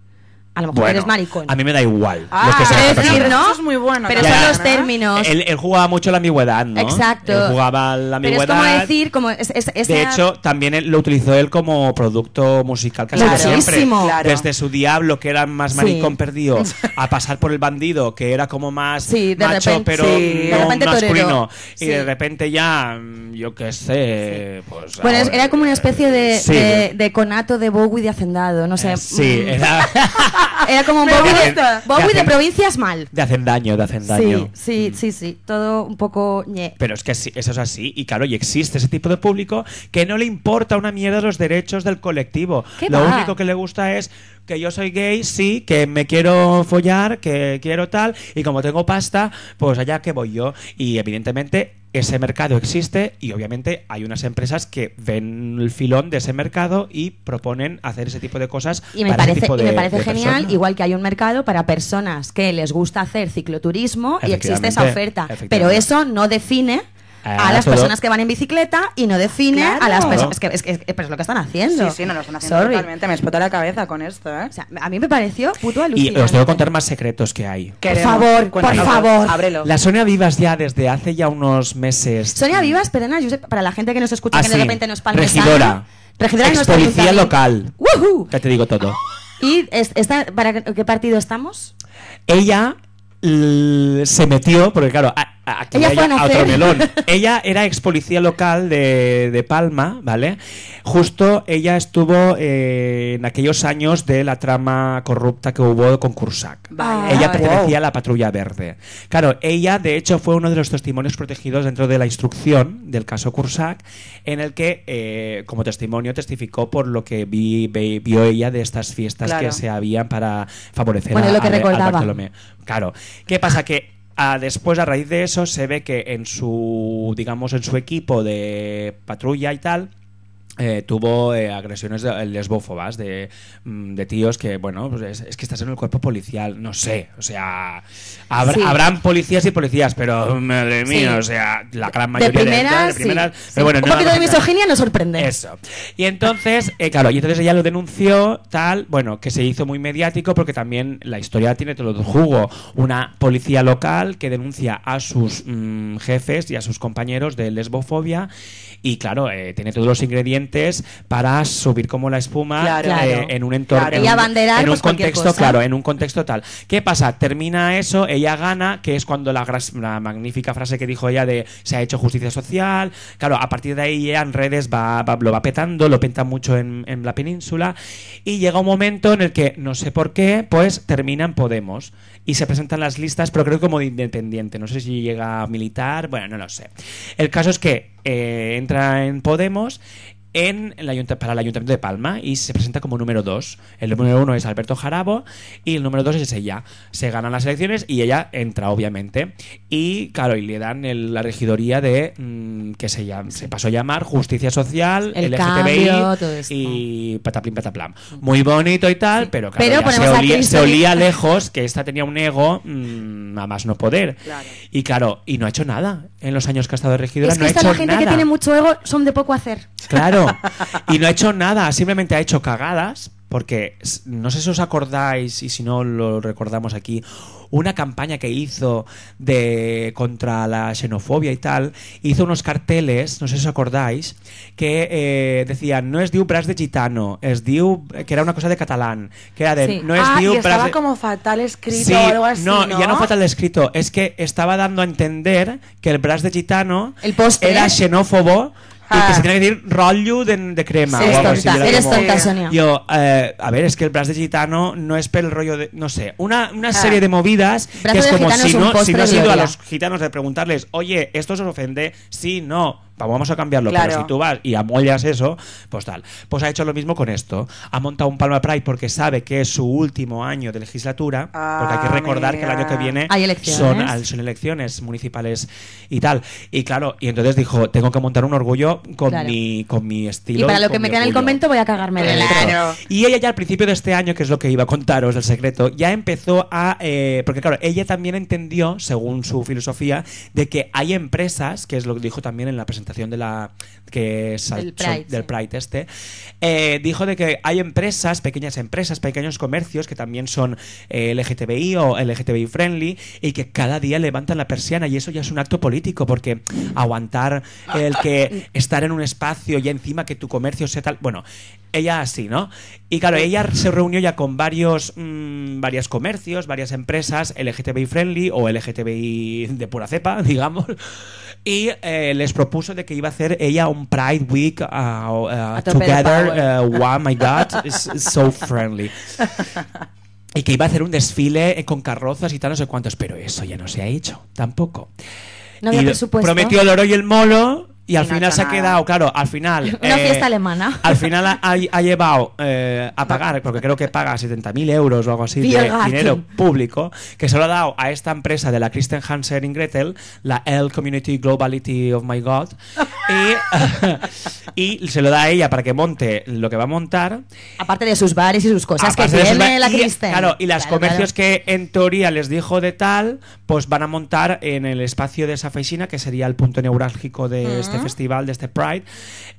Speaker 1: A lo mejor
Speaker 3: Bueno,
Speaker 1: eres maricón.
Speaker 3: a mí me da igual
Speaker 2: Ah,
Speaker 3: lo que sea
Speaker 1: quiero
Speaker 3: esa
Speaker 1: decir,
Speaker 3: persona.
Speaker 1: ¿no?
Speaker 2: Eso es muy bueno.
Speaker 1: Pero
Speaker 3: Ya,
Speaker 2: también,
Speaker 1: son
Speaker 3: ya.
Speaker 1: los
Speaker 2: ¿eh?
Speaker 1: términos.
Speaker 3: Él, él jugaba mucho la ambigüedad, ¿no?
Speaker 1: Exacto.
Speaker 3: Él jugaba la
Speaker 1: Pero
Speaker 3: ambigüedad.
Speaker 1: es como decir, como es, es- esa-
Speaker 3: De hecho, también él- lo utilizó él como producto musical casi
Speaker 1: Claro.
Speaker 3: siempre.
Speaker 1: Muchísimo.
Speaker 2: Claro.
Speaker 3: Desde su diablo, que era más
Speaker 1: Sí. [laughs]
Speaker 3: maricón perdido, a pasar por el bandido, que era como más
Speaker 1: Sí, de
Speaker 3: macho,
Speaker 1: repente-
Speaker 3: pero
Speaker 2: sí.
Speaker 3: no
Speaker 1: De repente
Speaker 3: masculino.
Speaker 1: torero.
Speaker 3: Y
Speaker 1: Sí.
Speaker 3: de repente ya, mm, yo qué sé, pues...
Speaker 1: bueno, es-
Speaker 3: ahora-
Speaker 1: era como una especie de,
Speaker 3: Sí.
Speaker 1: de- de conato de Bowie de hacendado, no sé.
Speaker 3: Eh, Sí,
Speaker 1: Mm.
Speaker 3: era...
Speaker 1: [laughs]
Speaker 3: [laughs]
Speaker 1: Era como
Speaker 2: Me
Speaker 1: Bowie, de,
Speaker 2: gusta.
Speaker 1: Bowie
Speaker 3: De
Speaker 1: de
Speaker 3: hacen-
Speaker 1: provincias mal.
Speaker 3: de hacen daño, de hacen
Speaker 1: Sí,
Speaker 3: daño. Mm.
Speaker 1: sí, sí, sí. Todo un poco ñe.
Speaker 3: Pero es que sí, eso es así, y claro, y existe ese tipo de público que no le importa una mierda los derechos del colectivo.
Speaker 1: ¿Qué
Speaker 3: Lo
Speaker 1: va?
Speaker 3: único que le gusta es que yo soy gay, sí, que me quiero follar, que quiero tal, y como tengo pasta, pues allá que voy yo. Y evidentemente ese mercado existe y obviamente hay unas empresas que ven el filón de ese mercado y proponen hacer ese tipo de cosas.
Speaker 1: Y me
Speaker 3: para ese
Speaker 1: parece,
Speaker 3: tipo
Speaker 1: y me
Speaker 3: de-
Speaker 1: parece
Speaker 3: de
Speaker 1: genial,
Speaker 3: personas.
Speaker 1: igual que hay un mercado para personas que les gusta hacer cicloturismo y existe esa
Speaker 3: Efectivamente,
Speaker 1: oferta. Pero
Speaker 3: efectivamente.
Speaker 1: eso no define
Speaker 3: Ah,
Speaker 1: a las
Speaker 3: todo.
Speaker 1: personas que van en bicicleta y no define
Speaker 2: Claro.
Speaker 1: a las
Speaker 3: Claro.
Speaker 1: personas. Es que, es que- es que- pero es lo que están haciendo.
Speaker 2: Sí, sí, no lo están haciendo
Speaker 1: Sorry.
Speaker 2: totalmente. Me explota la cabeza con esto, ¿eh?
Speaker 1: O sea, a mí me pareció puto
Speaker 3: Y
Speaker 1: alucinante.
Speaker 3: os tengo que contar más secretos que hay.
Speaker 2: Queremos-
Speaker 1: favor, por
Speaker 2: cuéntanos,
Speaker 1: favor.
Speaker 2: Ábrelo.
Speaker 3: La Sonia Vivas ya desde hace ya unos meses.
Speaker 1: Sonia Vivas, Perena, Josep, para la gente que nos escucha
Speaker 3: Ah,
Speaker 1: que
Speaker 3: sí.
Speaker 1: de repente nos palme
Speaker 3: Regidora.
Speaker 1: sangre. Regidora de
Speaker 3: Ex
Speaker 1: nuestro
Speaker 3: policía
Speaker 1: ayuntamiento.
Speaker 3: local.
Speaker 1: ¡Woohoo!
Speaker 3: Ya te digo todo.
Speaker 1: ¿Y es- está- para qué- qué partido estamos?
Speaker 3: Ella l- se metió, porque claro, a- a- aquí
Speaker 1: Ella
Speaker 3: hay
Speaker 1: fue a
Speaker 3: a
Speaker 1: nacer.
Speaker 3: otro melón. Ella era ex policía local de, de Palma, ¿vale? Justo ella estuvo eh, en aquellos años de la trama corrupta que hubo con Cursac.
Speaker 2: Vaya.
Speaker 3: Ella
Speaker 1: Ay.
Speaker 3: pertenecía a la patrulla verde. Claro, ella de hecho fue uno de los testimonios protegidos dentro de la instrucción del caso Cursac, en el que eh, como testimonio testificó por lo que vi- ve- vio ella de estas fiestas
Speaker 2: Claro.
Speaker 3: que se habían para favorecer
Speaker 1: Bueno,
Speaker 3: a,
Speaker 1: lo que
Speaker 3: a- a
Speaker 1: recordaba.
Speaker 3: Bartolomé. Claro. ¿Qué pasa? Que ah, después, a raíz de eso, se ve que en su, digamos, en su equipo de patrulla y tal, eh, tuvo eh, agresiones de- lesbófobas de, mm, de tíos que, bueno, pues es, es que estás en el cuerpo policial, no sé, o sea, habrá-
Speaker 1: Sí.
Speaker 3: habrán policías y policías, pero madre mía,
Speaker 1: Sí.
Speaker 3: o sea, la gran
Speaker 1: De
Speaker 3: mayoría
Speaker 1: primeras,
Speaker 3: de primeras,
Speaker 1: sí.
Speaker 3: pero bueno,
Speaker 1: Un
Speaker 3: no
Speaker 1: poquito de
Speaker 3: vamos a-
Speaker 1: misoginia nos sorprende.
Speaker 3: eso. Y entonces, eh, claro, y entonces ella lo denunció, tal, bueno, que se hizo muy mediático porque también la historia tiene todo el jugo. Una policía local que denuncia a sus mm, jefes y a sus compañeros de lesbofobia y, claro, eh, tiene todos los ingredientes para subir como la espuma
Speaker 2: Claro.
Speaker 3: eh,
Speaker 1: Claro.
Speaker 3: en un entorno,
Speaker 2: Claro.
Speaker 3: en
Speaker 2: Y
Speaker 3: un-
Speaker 1: abanderar,
Speaker 3: en un
Speaker 1: pues, cualquier
Speaker 3: contexto,
Speaker 1: cosa.
Speaker 3: claro, en un contexto tal. ¿Qué pasa? Termina eso, ella gana, que es cuando la, gras- la magnífica frase que dijo ella de se ha hecho justicia social. Claro, a partir de ahí ella en redes va, va- lo va petando, lo penta mucho en, en la península. Y llega un momento en el que, no sé por qué, pues termina en Podemos. Y se presentan las listas, pero creo que como de independiente. No sé si llega a militar, bueno, no lo sé. El caso es que eh, entra en Podemos en el ayunta- para el Ayuntamiento de Palma y se presenta como número 2. El número 1 es Alberto Jarabo y el número 2 es ella. Se ganan las elecciones y ella entra, obviamente. Y claro, y le dan el- la regidoría de mm, que se, llam- se pasó a llamar Justicia Social,
Speaker 1: El
Speaker 3: LGTBI
Speaker 1: cambio, todo esto.
Speaker 3: y pataplim pataplam. Muy bonito y tal, pero claro,
Speaker 1: Pero
Speaker 3: ya se,
Speaker 1: ponemos a
Speaker 3: olía,
Speaker 1: Cristo
Speaker 3: se
Speaker 1: y-
Speaker 3: olía lejos que esta tenía un ego mm, a más no poder.
Speaker 2: Claro.
Speaker 3: Y claro, y no ha hecho nada en los años que ha estado de regidora.
Speaker 1: Es que
Speaker 3: no ha
Speaker 1: esta
Speaker 3: hecho
Speaker 1: la gente
Speaker 3: nada.
Speaker 1: que tiene mucho ego son de poco hacer.
Speaker 3: Claro. Y no ha hecho nada, simplemente ha hecho cagadas. Porque s- no sé si os acordáis y si no lo recordamos aquí, una campaña que hizo de contra la xenofobia y tal, hizo unos carteles, no sé si os acordáis, que eh, decían no es diu bras de gitano, es diu que era una cosa de catalán, que era de
Speaker 4: Sí.
Speaker 3: no es
Speaker 2: ah,
Speaker 3: diu
Speaker 2: y
Speaker 3: bras
Speaker 2: estaba
Speaker 3: de-
Speaker 2: como fatal escrito
Speaker 3: Sí,
Speaker 2: o algo así, ¿no?
Speaker 3: no, ya no fatal escrito, es que estaba dando a entender que el bras de gitano
Speaker 1: El postre.
Speaker 3: era xenófobo y que
Speaker 2: Ah.
Speaker 3: se tiene que decir rollo de, de crema.
Speaker 2: Sí,
Speaker 3: o
Speaker 1: eres
Speaker 3: algo
Speaker 2: vamos,
Speaker 1: tonta,
Speaker 3: así, era
Speaker 1: eres
Speaker 3: como-
Speaker 1: tonta, Sonia.
Speaker 3: Yo, eh, a ver, es que el bras de gitano no es pel rollo de, no sé, una, una
Speaker 2: Ah.
Speaker 3: serie de movidas
Speaker 1: Brazo
Speaker 3: que es
Speaker 1: de
Speaker 3: como
Speaker 1: gitano
Speaker 3: si
Speaker 1: es un
Speaker 3: no, si
Speaker 1: postre
Speaker 3: no has ido a
Speaker 1: Gloria.
Speaker 3: los gitanos de preguntarles, oye, ¿esto se os ofende? Sí, no, va- vamos a cambiarlo,
Speaker 2: Claro.
Speaker 3: pero si tú vas y amollas eso, pues tal. Pues ha hecho lo mismo con esto. Ha montado un Palma Pride porque sabe que es su último año de legislatura, porque hay
Speaker 2: Ah,
Speaker 3: que recordar que el año que
Speaker 2: mira.
Speaker 3: viene
Speaker 1: Hay elecciones.
Speaker 3: son al- son elecciones municipales y tal. Y claro, y entonces dijo, tengo que montar un orgullo con
Speaker 1: Claro.
Speaker 3: mi con mi estilo.
Speaker 1: Y para lo
Speaker 3: con
Speaker 1: que me
Speaker 3: mi
Speaker 1: queda en el
Speaker 3: orgullo".
Speaker 1: convento voy a cagarme de
Speaker 2: Claro.
Speaker 1: dentro.
Speaker 3: Y ella ya al principio de este año, que es lo que iba a contaros, el secreto, ya empezó a... eh, porque claro, ella también entendió, según su filosofía, de que hay empresas, que es lo que dijo también en la presentación de la... Que es al-
Speaker 1: Del Pride,
Speaker 3: del
Speaker 1: sí.
Speaker 3: Pride este, eh, dijo de que hay empresas, pequeñas empresas, pequeños comercios que también son eh, LGTBI o LGTBI friendly y que cada día levantan la persiana y eso ya es un acto político porque aguantar el que estar en un espacio y encima que tu comercio sea tal, bueno, ella así, ¿no? Y claro, ella se reunió ya con varios mm, varias comercios, varias empresas LGTBI friendly o LGTBI de pura cepa, [laughs] digamos, y eh, les propuso de que iba a hacer ella un Pride Week uh, uh,
Speaker 1: tope de
Speaker 3: together.
Speaker 1: power.
Speaker 3: uh, wow, my God, is
Speaker 1: [laughs]
Speaker 3: so friendly. Y que iba a hacer un desfile eh, con carrozas y tal, no sé cuántos, pero eso ya no se ha hecho tampoco.
Speaker 1: No había
Speaker 3: Y
Speaker 1: presupuesto.
Speaker 3: Prometió el oro y el molo y al
Speaker 2: Y no ha
Speaker 3: final
Speaker 2: hecho
Speaker 3: se ha
Speaker 2: nada.
Speaker 3: quedado, claro, al final.
Speaker 1: [laughs] Una
Speaker 3: eh,
Speaker 1: fiesta alemana.
Speaker 3: Al final ha, ha- ha llevado eh, a pagar, porque creo que paga 70.000 euros o algo así de
Speaker 1: Biergarten.
Speaker 3: dinero público, que se lo ha dado a esta empresa de la Kristen Hansen y Gretel, la L Community Globality of My God, y, [laughs] y se lo da a ella para que monte lo que va a montar.
Speaker 1: Aparte de sus bares y sus cosas que
Speaker 3: ah, Aparte de eso,
Speaker 1: tiene la
Speaker 3: y-
Speaker 1: Kristen.
Speaker 3: Claro, y los comercios que en teoría les dijo de tal, pues van a montar en el espacio de esa oficina, que sería el punto neurálgico de este festival, de este Pride,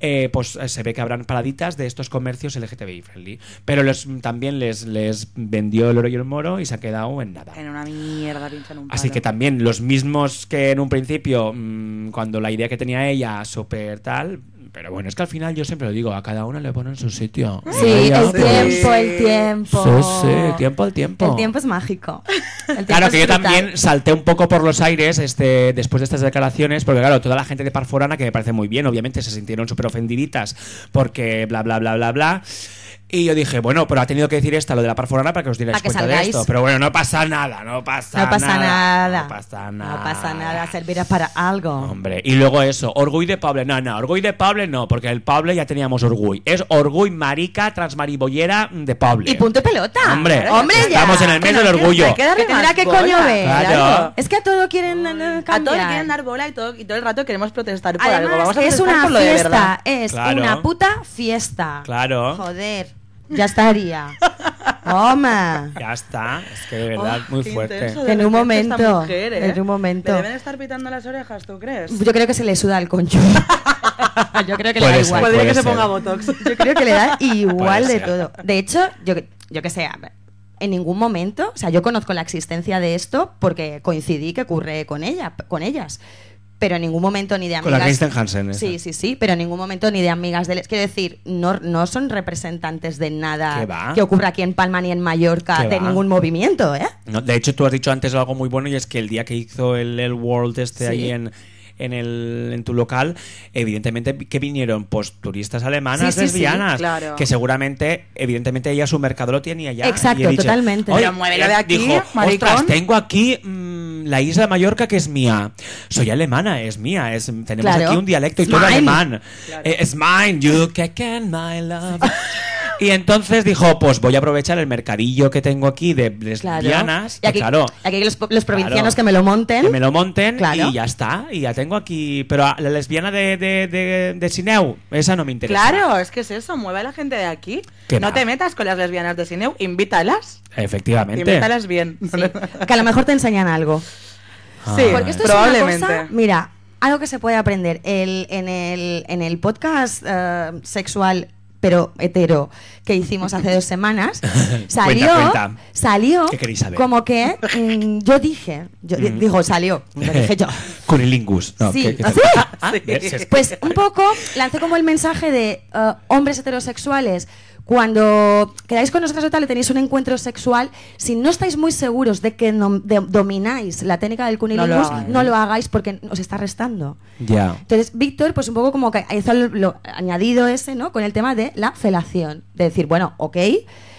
Speaker 3: eh, pues eh, se ve que habrán paraditas de estos comercios LGTBI friendly. Pero los- también les, les vendió el oro y el moro y se ha quedado en nada.
Speaker 2: En una mierda pincha en un
Speaker 3: Así
Speaker 2: palo.
Speaker 3: que también los mismos que en un principio, mm, cuando la idea que tenía ella, súper tal. Pero bueno, es que al final yo siempre lo digo, a cada uno le ponen su sitio.
Speaker 1: Sí,
Speaker 3: Y ella,
Speaker 1: el
Speaker 3: pues,
Speaker 1: tiempo, el tiempo.
Speaker 3: Sí, sí, tiempo al tiempo.
Speaker 1: El tiempo es mágico. El tiempo
Speaker 3: Claro
Speaker 1: es
Speaker 3: que yo
Speaker 1: brutal.
Speaker 3: también salté un poco por los aires este, después de estas declaraciones, porque claro, toda la gente de Parforana, que me parece muy bien, obviamente se sintieron súper ofendiditas porque bla, bla, bla, bla, bla. Y yo dije, bueno, pero ha tenido que decir esta, lo de la Parforana, para que os dierais
Speaker 1: Para que
Speaker 3: cuenta de
Speaker 1: salgáis.
Speaker 3: esto. Pero bueno, no pasa nada, no pasa,
Speaker 1: No pasa nada.
Speaker 3: No pasa nada.
Speaker 1: No pasa nada. Servirá para algo.
Speaker 3: Hombre, y luego eso, orgullo de Pable, no, no, orgullo de Pable no, porque el Pable ya teníamos orgullo. Es orgullo marica transmaribollera de Pable.
Speaker 1: Y punto y pelota.
Speaker 3: Hombre,
Speaker 1: Hombre ya.
Speaker 3: estamos en el mes
Speaker 2: Que no,
Speaker 3: del
Speaker 2: que-
Speaker 3: orgullo.
Speaker 2: hay que darle
Speaker 1: Que tendrá
Speaker 2: más
Speaker 1: que coño
Speaker 2: bola.
Speaker 1: ver.
Speaker 3: Claro.
Speaker 1: Es que a todo quieren eh, cambiar.
Speaker 2: A todos le quieren dar bola y todo, y todo el rato queremos protestar por
Speaker 1: Además,
Speaker 2: algo. Vamos a
Speaker 1: es
Speaker 2: protestar
Speaker 1: una
Speaker 2: por lo de verdad.
Speaker 1: fiesta. Es
Speaker 3: Claro.
Speaker 1: una puta fiesta.
Speaker 3: Claro.
Speaker 1: Joder. Ya
Speaker 3: [laughs]
Speaker 1: estaría. Toma.
Speaker 3: Ya está, es que de
Speaker 1: Ah,
Speaker 3: verdad,
Speaker 2: Oh,
Speaker 3: muy
Speaker 2: qué
Speaker 3: fuerte.
Speaker 2: intenso de
Speaker 1: En un
Speaker 2: repente esta
Speaker 1: momento,
Speaker 2: mujer, ¿eh?
Speaker 1: en un momento.
Speaker 2: Le deben estar pitando las orejas, ¿tú crees?
Speaker 1: Yo creo que se le suda el concho. [laughs] Yo creo que le da
Speaker 3: Puede ser,
Speaker 1: igual.
Speaker 3: puede
Speaker 2: Podría que se
Speaker 3: ser.
Speaker 2: ponga botox.
Speaker 1: Yo creo que le da igual
Speaker 3: [laughs] Puede
Speaker 1: de
Speaker 3: ser.
Speaker 1: todo. De hecho, yo, yo que sé, a ver, en ningún momento, o sea, yo conozco la existencia de esto porque coincidí que ocurre con ella, con ellas. Pero en ningún momento ni de amigas.
Speaker 3: Con la Kristen Hansen, esa.
Speaker 1: Sí, sí, sí, pero en ningún momento ni de amigas de les. Quiero decir, no, no son representantes de
Speaker 3: ¿Qué
Speaker 1: nada
Speaker 3: va?
Speaker 1: que ocurra aquí en Palma ni en Mallorca
Speaker 3: ¿Qué
Speaker 1: de
Speaker 3: va?
Speaker 1: ningún movimiento, ¿eh?
Speaker 3: No, de hecho, tú has dicho antes algo muy bueno y es que el día que hizo el, el World este
Speaker 1: Sí.
Speaker 3: ahí en, en, el, en tu local, evidentemente que vinieron pues turistas alemanas
Speaker 1: Sí, sí, sí,
Speaker 3: lesbianas,
Speaker 2: claro.
Speaker 3: que seguramente, evidentemente ella su mercado lo tenía ya.
Speaker 1: Exacto,
Speaker 3: Y he dicho,
Speaker 1: totalmente.
Speaker 3: "Oye", eh",
Speaker 2: Pero muévelo de aquí,
Speaker 3: dijo,
Speaker 2: maricón.
Speaker 3: ostras, tengo aquí mm, la isla de Mallorca que es mía. Soy alemana, es mía, es, tenemos
Speaker 1: Claro.
Speaker 3: aquí un dialecto y
Speaker 1: Es
Speaker 3: todo
Speaker 1: mine.
Speaker 3: alemán. Eh, es mine, you can my love. Y entonces dijo, pues voy a aprovechar el mercadillo que tengo aquí de
Speaker 1: Claro.
Speaker 3: lesbianas,
Speaker 1: y
Speaker 3: que
Speaker 1: aquí,
Speaker 3: pues claro,
Speaker 1: aquí los, los provincianos
Speaker 3: Claro.
Speaker 1: que me lo monten.
Speaker 3: que me lo monten
Speaker 1: Claro.
Speaker 3: y ya está, y ya tengo aquí, pero a la lesbiana de, de, de, de Sineu, esa no me interesa.
Speaker 2: Claro, es que es eso, mueve a la gente de aquí.
Speaker 3: ¿Qué
Speaker 2: no
Speaker 3: va?
Speaker 2: te metas con las lesbianas de Cineu, invítalas.
Speaker 3: Efectivamente.
Speaker 2: Invítalas bien.
Speaker 1: Sí, que a lo mejor te enseñan algo.
Speaker 3: Ah.
Speaker 2: Sí,
Speaker 1: Porque esto
Speaker 2: probablemente.
Speaker 1: es una cosa, mira, algo que se puede aprender. El, en, el, en el podcast eh, sexual pero hetero, que hicimos hace dos semanas, salió,
Speaker 3: [laughs] cuenta.
Speaker 1: salió
Speaker 3: ¿Qué queréis saber? Mm.
Speaker 1: como que mm, yo dije, yo di- digo, salió, lo dije yo.
Speaker 3: [laughs] Cunilingus. No,
Speaker 1: Sí.
Speaker 3: ¿qué- qué-
Speaker 1: ¿Ah, sí?
Speaker 3: Ah, ah,
Speaker 2: Sí.
Speaker 3: ¿ves? Es-
Speaker 1: Pues un poco lancé como el mensaje de eh, hombres heterosexuales. Cuando quedáis con nosotros o tal y tenéis un encuentro sexual, si no estáis muy seguros de que nom- de- domináis la técnica del
Speaker 2: No lo
Speaker 1: cunilingus,
Speaker 2: hagáis.
Speaker 1: no lo hagáis porque os está restando.
Speaker 3: Ya.
Speaker 1: Entonces, Víctor, pues un poco como que hizo lo, lo añadido ese, ¿no? Con el tema de la felación. De decir, bueno, ok,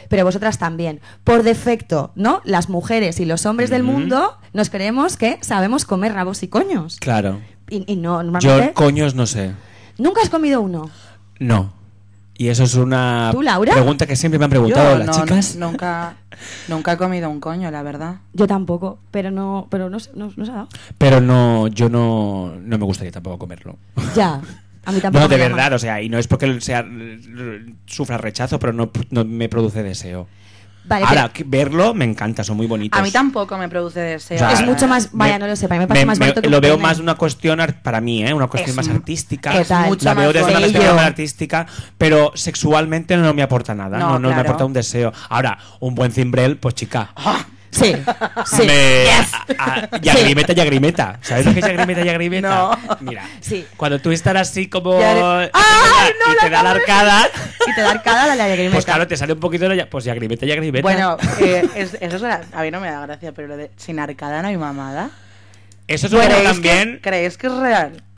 Speaker 1: pero vosotras también. Por defecto, ¿no? Las mujeres y los hombres del
Speaker 3: Ujú.
Speaker 1: mundo nos creemos que sabemos comer rabos y coños.
Speaker 3: Claro.
Speaker 1: Y, y no,
Speaker 3: Yo
Speaker 1: normalmente.
Speaker 3: coños no sé.
Speaker 1: Nunca has comido uno.
Speaker 3: No. Y eso es una
Speaker 1: ¿Tú, Laura?
Speaker 3: pregunta que siempre me han preguntado
Speaker 2: Yo
Speaker 3: las
Speaker 2: no-
Speaker 3: chicas.
Speaker 2: Nunca, nunca he comido un coño, la verdad.
Speaker 1: Yo tampoco, pero no, pero no, se- no- no se ha dado.
Speaker 3: Pero no, yo no, no me gustaría tampoco comerlo.
Speaker 1: Ya. A mí tampoco.
Speaker 3: no, de
Speaker 1: me llama.
Speaker 3: verdad, o sea, y no es porque sea, sufra rechazo, pero no, no me produce deseo.
Speaker 1: Vale,
Speaker 3: Ahora,
Speaker 1: pero
Speaker 3: que verlo me encanta, son muy bonitos.
Speaker 2: A mí tampoco me produce deseo.
Speaker 3: O sea,
Speaker 1: Es mucho más- vaya, no lo sé, para mí me parece más bonito que
Speaker 3: Lo
Speaker 1: un
Speaker 3: veo
Speaker 1: pene.
Speaker 3: más una cuestión, ar- para mí, ¿eh? una cuestión
Speaker 2: Es
Speaker 3: más
Speaker 2: mu-
Speaker 3: artística.
Speaker 1: es mucho
Speaker 3: la veo
Speaker 2: más
Speaker 3: desde una
Speaker 1: bello.
Speaker 3: perspectiva más artística, pero sexualmente no me aporta nada, no,
Speaker 2: No,
Speaker 3: no, me
Speaker 2: claro.
Speaker 3: aporta un deseo. Ahora, un buen cimbrel, pues chica.
Speaker 1: Sí, sí.
Speaker 3: Me-
Speaker 1: Yes.
Speaker 3: a- a- yagrimeta, yagrimeta. ¿Sabes lo que es yagrimeta, yagrimeta?
Speaker 2: No.
Speaker 3: Mira,
Speaker 1: Sí.
Speaker 3: cuando tú estás así como...
Speaker 2: Yagri-
Speaker 1: ¡Ay, no,
Speaker 3: y
Speaker 1: la
Speaker 3: te da la
Speaker 1: acabo de-
Speaker 3: arcada...
Speaker 1: [laughs] Y te da arcada la lagrimeta.
Speaker 3: Pues claro, te sale un poquito de... la- Pues yagrimeta, yagrimeta.
Speaker 2: Bueno, eh, es- eso es la- a mí no me da gracia, pero lo de sin arcada no hay mamada.
Speaker 3: Eso es un
Speaker 2: ¿Creéis
Speaker 3: poco
Speaker 2: que-
Speaker 3: también...
Speaker 2: ¿Creéis que es real?
Speaker 3: [laughs]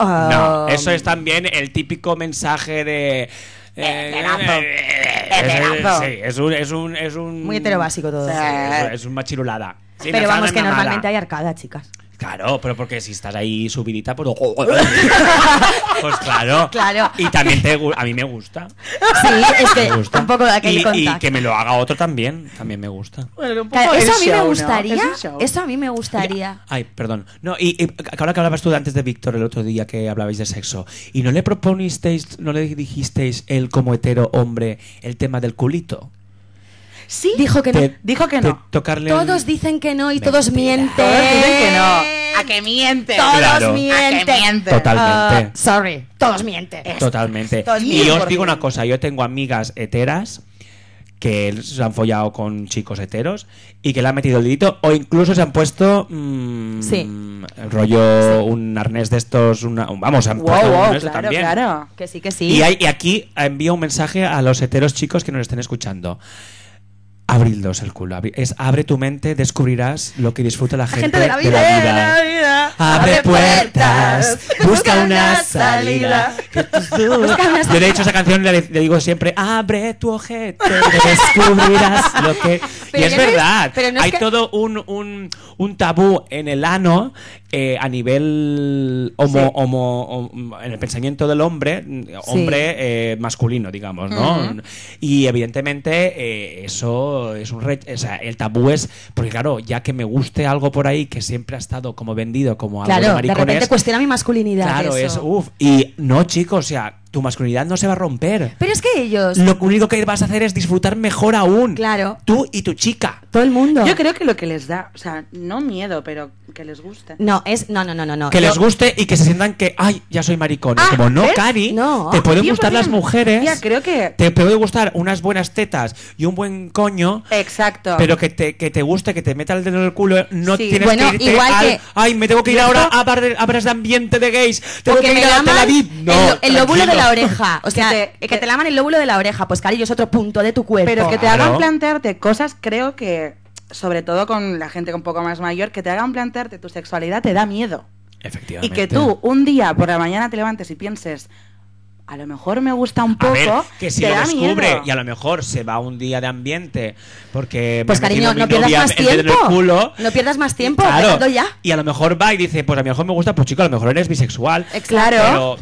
Speaker 1: Ah,
Speaker 3: No, eso es también el típico mensaje de. eh,
Speaker 2: pedazo.
Speaker 3: eh,
Speaker 2: Eh,
Speaker 3: es-
Speaker 2: pedazo.
Speaker 3: Sí, es un, es un, es un.
Speaker 1: Muy heterobásico todo.
Speaker 3: Sí, es, un-
Speaker 2: Eh.
Speaker 3: es un machirulada. Sí,
Speaker 1: pero
Speaker 3: no
Speaker 1: vamos,
Speaker 3: sabe
Speaker 1: que
Speaker 3: mamada.
Speaker 1: normalmente hay arcada, chicas.
Speaker 3: Claro, pero porque si estás ahí subidita, pues. pues claro.
Speaker 1: Claro.
Speaker 3: Y también te, gu- a mí me gusta.
Speaker 1: Sí, es que
Speaker 3: Me gusta.
Speaker 1: un poco de aquel
Speaker 3: y, y
Speaker 1: contacto.
Speaker 3: que me lo haga otro también. También me gusta.
Speaker 2: Bueno, un
Speaker 1: Claro,
Speaker 2: poco
Speaker 1: eso a
Speaker 2: es
Speaker 1: mí me
Speaker 2: show, ¿no?
Speaker 1: gustaría.
Speaker 2: Es un show.
Speaker 1: Eso a mí me gustaría.
Speaker 3: Ay, perdón. No, y, y ahora que hablabas tú de antes de Víctor el otro día que hablabais de sexo, ¿y no le proponisteis, no le dijisteis él como hetero hombre el tema del culito?
Speaker 2: Sí,
Speaker 1: Dijo que no.
Speaker 3: Te-
Speaker 2: Dijo que
Speaker 3: te-
Speaker 2: no.
Speaker 3: Tocarle el-
Speaker 1: Todos dicen que no y
Speaker 3: Mentira.
Speaker 1: todos mienten.
Speaker 2: Todos dicen que no. ¿A que miente?
Speaker 1: Todos
Speaker 3: Claro.
Speaker 2: ¿A que
Speaker 1: mienten.
Speaker 2: miente?
Speaker 1: Ah,
Speaker 3: Totalmente.
Speaker 1: sorry, todos mienten.
Speaker 3: Totalmente.
Speaker 2: Todos
Speaker 3: Y
Speaker 2: mil
Speaker 3: os
Speaker 2: por
Speaker 3: digo
Speaker 2: cien.
Speaker 3: una cosa, yo tengo amigas heteras que se han follado con chicos heteros y que le han metido el dedito o incluso se han puesto mm,
Speaker 1: Sí.
Speaker 3: rollo un arnés de estos, una, vamos, se han
Speaker 2: Wow,
Speaker 3: puesto uno
Speaker 2: wow,
Speaker 3: de
Speaker 2: claro,
Speaker 3: estos también.
Speaker 2: claro.
Speaker 1: Que sí, que sí.
Speaker 3: Y, hay- y aquí envío un mensaje a los heteros chicos que nos estén escuchando. Abridlos el culo. abri- es, abre tu mente, descubrirás lo que disfruta la
Speaker 1: La
Speaker 3: gente,
Speaker 1: gente de la vida.
Speaker 2: ¿eh?
Speaker 3: vida. Abre puertas, busca una salida.
Speaker 1: Busca una
Speaker 3: Yo de hecho esa canción le, le digo siempre, abre tu ojete, descubrirás lo que... y
Speaker 1: Pero
Speaker 3: es
Speaker 1: que no es-
Speaker 3: verdad,
Speaker 1: pero no es
Speaker 3: hay
Speaker 1: que-
Speaker 3: todo un, un, un tabú en el ano eh, a nivel homo,
Speaker 2: Sí.
Speaker 3: homo- hom- en el pensamiento del hombre, hombre eh, masculino, digamos, ¿no? Y evidentemente eh, eso es un re- o sea, el tabú es, porque claro, ya que me guste algo por ahí que siempre ha estado como vendido como algo de
Speaker 1: Claro, de
Speaker 3: maricones,
Speaker 1: repente cuestiona mi masculinidad.
Speaker 3: Claro,
Speaker 1: eso.
Speaker 3: es uh. uff. Y no, chicos, o sea, tu masculinidad no se va a romper.
Speaker 1: Pero es que ellos,
Speaker 3: Lo único que vas a hacer es disfrutar mejor
Speaker 1: Pues
Speaker 3: aún.
Speaker 1: Claro.
Speaker 3: Tú y tu chica.
Speaker 1: todo el mundo.
Speaker 2: Yo creo que lo que les da, o sea, no miedo, pero que les guste.
Speaker 1: No, es. No, no, no, no. no.
Speaker 3: Que
Speaker 1: Yo-
Speaker 3: les guste y que se sientan que, ay, ya soy maricón.
Speaker 2: Ah,
Speaker 3: Como no,
Speaker 2: ¿ves?
Speaker 3: Cari,
Speaker 1: No. Ah,
Speaker 3: te pueden
Speaker 2: 100%.
Speaker 3: gustar las mujeres.
Speaker 2: Ya, creo que-
Speaker 3: Te pueden gustar unas buenas tetas y un buen coño.
Speaker 2: Exacto.
Speaker 3: Pero que te, que te guste, que te meta el dedo en el culo, no
Speaker 2: Sí.
Speaker 3: tienes
Speaker 1: Bueno,
Speaker 3: que irte
Speaker 1: igual
Speaker 3: al,
Speaker 1: que-
Speaker 3: Ay, me tengo que ir ahora a, bar de- a bares de ambiente de gays. Tengo
Speaker 1: Porque
Speaker 3: que ir
Speaker 1: me
Speaker 3: a
Speaker 1: laman
Speaker 3: Tel Aviv. No,
Speaker 1: el, lo- el lóbulo de
Speaker 3: tranquilo.
Speaker 1: la
Speaker 3: [laughs]
Speaker 1: oreja. O sea, que
Speaker 2: Que
Speaker 1: te,
Speaker 2: te-
Speaker 1: laman el lóbulo de la oreja. Pues cariño, es otro punto de tu cuerpo.
Speaker 2: Pero que te
Speaker 3: Claro.
Speaker 2: hagan plantearte cosas, creo que, sobre todo con la gente un poco más mayor, que te hagan plantearte tu sexualidad te da miedo. Y
Speaker 3: Efectivamente.
Speaker 2: que tú un día por la mañana te levantes y pienses, a lo mejor me gusta un
Speaker 3: A
Speaker 2: poco,
Speaker 3: ver, que si
Speaker 2: te
Speaker 3: lo
Speaker 2: da
Speaker 3: descubre
Speaker 2: miedo.
Speaker 3: y a lo mejor se va un día de ambiente porque me
Speaker 1: pues
Speaker 3: ha
Speaker 1: cariño,
Speaker 3: metido mi
Speaker 1: no pierdas
Speaker 3: novia
Speaker 1: más
Speaker 3: el dedo en
Speaker 1: tiempo.
Speaker 3: el culo.
Speaker 1: No pierdas más tiempo.
Speaker 3: Claro.
Speaker 1: dejando ya.
Speaker 3: Y a lo mejor va y dice, pues a lo mejor me gusta, pues chico, a lo mejor eres bisexual.
Speaker 1: Exacto.
Speaker 3: Pero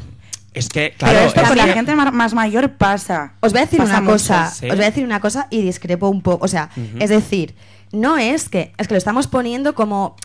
Speaker 3: es que, claro,
Speaker 2: Pero esto
Speaker 3: es
Speaker 2: con la
Speaker 3: que-
Speaker 2: gente mar- más mayor pasa.
Speaker 1: Os voy a decir
Speaker 2: Pasa
Speaker 1: una
Speaker 2: mucho.
Speaker 1: cosa,
Speaker 3: sí.
Speaker 1: os voy a decir una cosa y discrepo un poco, o sea,
Speaker 3: Ujú.
Speaker 1: es decir, no es que es que lo estamos poniendo como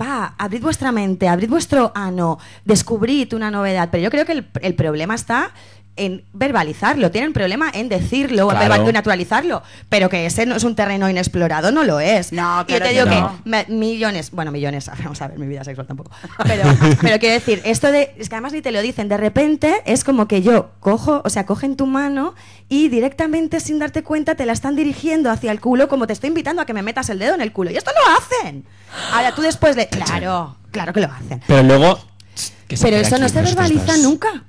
Speaker 1: va, abrid vuestra mente, abrid vuestro ano, descubrid una novedad, pero yo creo que el, el problema está en verbalizarlo, tienen problema en decirlo,
Speaker 3: Claro.
Speaker 1: en naturalizarlo, pero que ese no es un terreno inexplorado, no lo es.
Speaker 2: No,
Speaker 1: y yo
Speaker 2: claro
Speaker 1: te
Speaker 2: que
Speaker 1: digo que
Speaker 3: no.
Speaker 1: me- millones, bueno, millones, [laughs] vamos a ver, mi vida sexual tampoco, pero, pero quiero decir, esto de, es que además ni te lo dicen, de repente es como que yo cojo, o sea, cogen tu mano y directamente sin darte cuenta te la están dirigiendo hacia el culo como te estoy invitando a que me metas el dedo en el culo, y esto lo hacen. Ahora tú después de, claro, claro que lo hacen.
Speaker 3: Pero luego. que se
Speaker 1: Pero
Speaker 3: quede
Speaker 1: eso no
Speaker 3: aquí
Speaker 1: se
Speaker 3: nosotras
Speaker 1: verbaliza
Speaker 3: dos.
Speaker 1: nunca.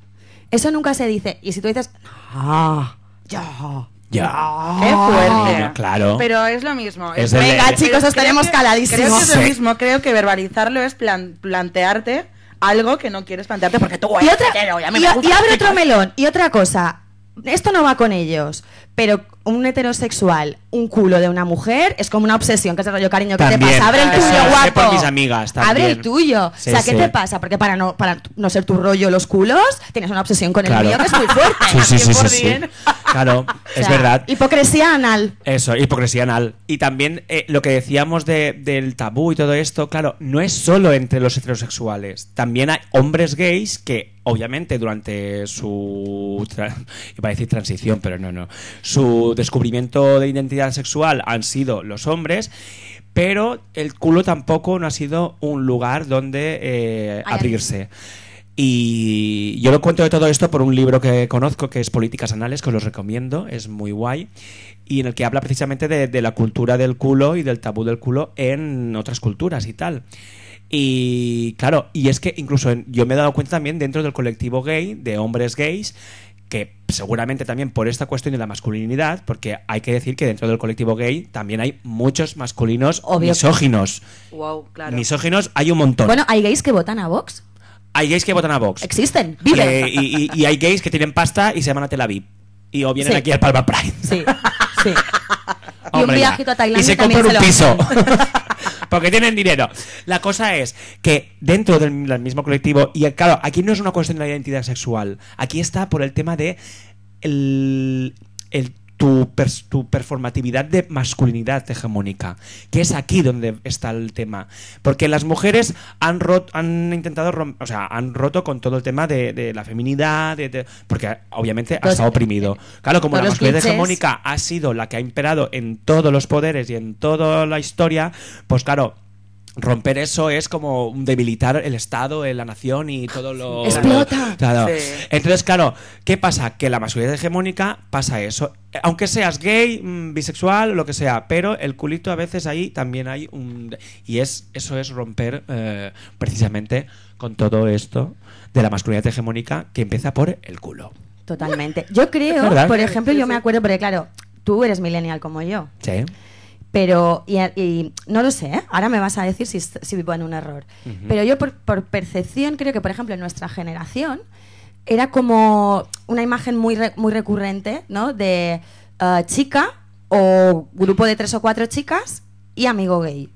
Speaker 1: Eso nunca se dice. Y si tú dices, "Ah, no, yo.
Speaker 3: Ya.
Speaker 2: Qué fuerte.
Speaker 3: Ah, no, claro.
Speaker 2: Pero es lo mismo.
Speaker 3: Es
Speaker 2: Pero
Speaker 3: el-
Speaker 1: Venga, chicos, os
Speaker 2: creo
Speaker 1: tenemos
Speaker 2: que-
Speaker 1: caladísimos.
Speaker 2: Creo que es lo
Speaker 3: Sí.
Speaker 2: mismo. Creo que verbalizarlo es plan- plantearte algo que no quieres plantearte porque tú
Speaker 1: y
Speaker 2: eres
Speaker 1: otra,
Speaker 2: hetero, ya me
Speaker 1: y-
Speaker 2: gustan
Speaker 1: y abre
Speaker 2: los
Speaker 1: otro
Speaker 2: chicos.
Speaker 1: melón. Y otra cosa. Esto no va con ellos, pero un heterosexual, un culo de una mujer, es como una obsesión. ¿Qué es el rollo, cariño? ¿Qué
Speaker 3: También.
Speaker 1: te pasa? Abre el
Speaker 2: Ah,
Speaker 1: tuyo,
Speaker 2: eso lo sé
Speaker 1: guapo.
Speaker 3: por mis amigas también.
Speaker 1: Abre el tuyo.
Speaker 3: Sí,
Speaker 1: o sea, ¿qué
Speaker 3: sí.
Speaker 1: te pasa? Porque para no, para no ser tu rollo los culos, tienes una obsesión con
Speaker 3: Claro.
Speaker 1: el mío que es muy fuerte.
Speaker 3: [laughs]
Speaker 1: [laughs]
Speaker 3: Sí, sí, sí, sí,
Speaker 2: 100%.
Speaker 3: sí. Claro,
Speaker 1: O
Speaker 3: es
Speaker 1: sea,
Speaker 3: verdad.
Speaker 1: Hipocresía anal.
Speaker 3: Eso, hipocresía anal. Y también eh, lo que decíamos de- del tabú y todo esto, claro, no es solo entre los heterosexuales. También hay hombres gays que, obviamente, durante su. tra- iba a decir transición, pero no, no. Su descubrimiento de identidad sexual han sido los hombres. Pero el culo tampoco no ha sido un lugar donde eh,
Speaker 1: Ay,
Speaker 3: abrirse. Y yo lo cuento de todo esto por un libro que conozco, que es Políticas Anales, que os los recomiendo, es muy guay, y en el que habla precisamente de, de la cultura del culo y del tabú del culo en otras culturas y tal. Y claro, y es que incluso en- yo me he dado cuenta también dentro del colectivo gay, de hombres gays, que seguramente también por esta cuestión de la masculinidad, porque hay que decir que dentro del colectivo gay también hay muchos masculinos
Speaker 1: Obvio.
Speaker 3: misóginos.
Speaker 2: Wow, claro.
Speaker 3: Misóginos hay un montón.
Speaker 1: Bueno, hay gays que votan a Vox.
Speaker 3: hay gays que votan a Vox.
Speaker 1: Existen, viven.
Speaker 3: Eh, y, y- y hay gays que tienen pasta y se van a Tel Aviv. Y o vienen
Speaker 1: Sí.
Speaker 3: aquí al Palma Pride.
Speaker 1: Sí, sí. y un
Speaker 3: Hombre, ya.
Speaker 1: viajito a Tailandia
Speaker 3: Y se
Speaker 1: también
Speaker 3: compran un
Speaker 1: se lo
Speaker 3: piso.
Speaker 1: hacen.
Speaker 3: [laughs] Porque tienen dinero. La cosa es que dentro del, del mismo colectivo, y claro, aquí no es una cuestión de la identidad sexual. Aquí está por el tema de el, el- tu, pers- tu performatividad de masculinidad hegemónica. Que es aquí donde está el tema. Porque las mujeres han, rot- han intentado rom- o sea, han roto con todo el tema de, de la feminidad, de- de- porque obviamente ha
Speaker 1: Los-
Speaker 3: estado oprimido. Claro, como
Speaker 1: todos
Speaker 3: la
Speaker 1: los
Speaker 3: masculinidad
Speaker 1: clichés.
Speaker 3: hegemónica política ha sido la que ha imperado en todos los poderes y en toda la historia, pues claro, romper eso es como debilitar el Estado, eh, la nación y todo
Speaker 1: [laughs]
Speaker 3: lo...
Speaker 1: Explota.
Speaker 3: Claro.
Speaker 2: Sí.
Speaker 3: Entonces, claro, ¿qué pasa? Que la masculinidad hegemónica pasa eso. Eh, Aunque seas gay, mm, bisexual, lo que sea, pero el culito a veces ahí también hay un... Y es eso es romper eh, precisamente con todo esto de la masculinidad hegemónica que empieza por el culo.
Speaker 1: Totalmente. Yo creo,
Speaker 3: ¿Verdad?
Speaker 1: por ejemplo,
Speaker 2: Sí,
Speaker 1: yo me
Speaker 2: sí.
Speaker 1: acuerdo, porque claro, tú eres millennial como yo,
Speaker 3: ¿Sí?
Speaker 1: pero, y, y no lo sé, ¿eh? ahora me vas a decir si, si vivo en un error, pero yo por, por percepción creo que, por ejemplo, en nuestra generación era como una imagen muy, re- muy recurrente, ¿no? De eh, chica o grupo de tres o cuatro chicas y amigo gay.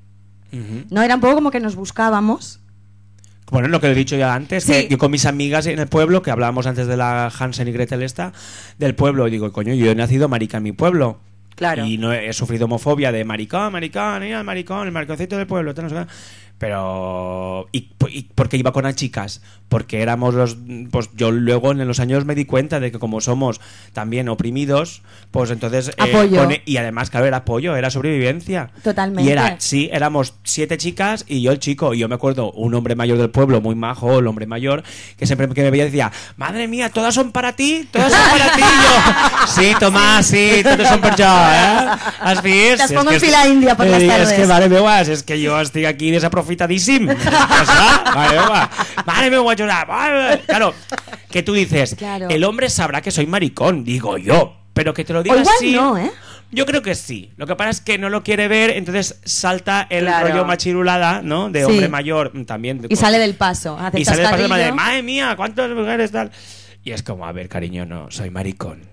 Speaker 3: Ujú.
Speaker 1: No, era un poco como que nos buscábamos.
Speaker 3: Bueno, lo que he dicho ya antes,
Speaker 1: Sí.
Speaker 3: que yo con mis amigas en el pueblo, que hablábamos antes de la Hansen y Gretel esta, del pueblo, y digo, coño, yo he nacido marica en mi pueblo.
Speaker 2: Claro.
Speaker 3: Y no he, he sufrido homofobia de maricón, maricón, mira el maricón, el mariconcito del pueblo, tal, no sé qué. Pero... ¿Y, porque iba con las chicas? Porque éramos los... Pues yo luego en los años me di cuenta de que como somos también oprimidos, pues entonces... eh,
Speaker 1: Apoyo.
Speaker 3: pone- y además, claro, era apoyo, era sobrevivencia.
Speaker 1: Totalmente.
Speaker 3: Y era, sí, éramos siete chicas y yo el chico. Y yo me acuerdo, un hombre mayor del pueblo, muy majo, el hombre mayor, que siempre que me veía decía, madre mía, todas son para ti, todas son para
Speaker 1: [laughs]
Speaker 3: ti. Y yo, sí, Tomás, sí, todas son para yo, ¿eh? Así es.
Speaker 1: Las
Speaker 3: es
Speaker 1: pongo
Speaker 3: que
Speaker 1: en
Speaker 3: es-
Speaker 1: fila india por
Speaker 3: Eh,
Speaker 1: las tardes.
Speaker 3: Es que, madre mía, guas, es que yo estoy
Speaker 1: [laughs]
Speaker 3: aquí Pues desaprofitadísimo. Madre mía, guas. madre mía, guas, llorar. Madre mía. Claro, que tú dices,
Speaker 1: Claro.
Speaker 3: el hombre sabrá que soy maricón, digo yo. Pero que te lo diga
Speaker 1: igual
Speaker 3: así-
Speaker 1: no, ¿eh?
Speaker 3: yo creo que sí. Lo que pasa es que no lo quiere ver, entonces salta el
Speaker 2: Claro.
Speaker 3: rollo machirulada, ¿no? De
Speaker 1: Sí.
Speaker 3: hombre mayor mm, también. de-
Speaker 1: Y sale del paso. Ah, Hace
Speaker 3: y sale del paso de
Speaker 1: chascadillo.
Speaker 3: madre, madre mía, cuántas mujeres tal. Y es como, a ver, cariño, no, soy maricón.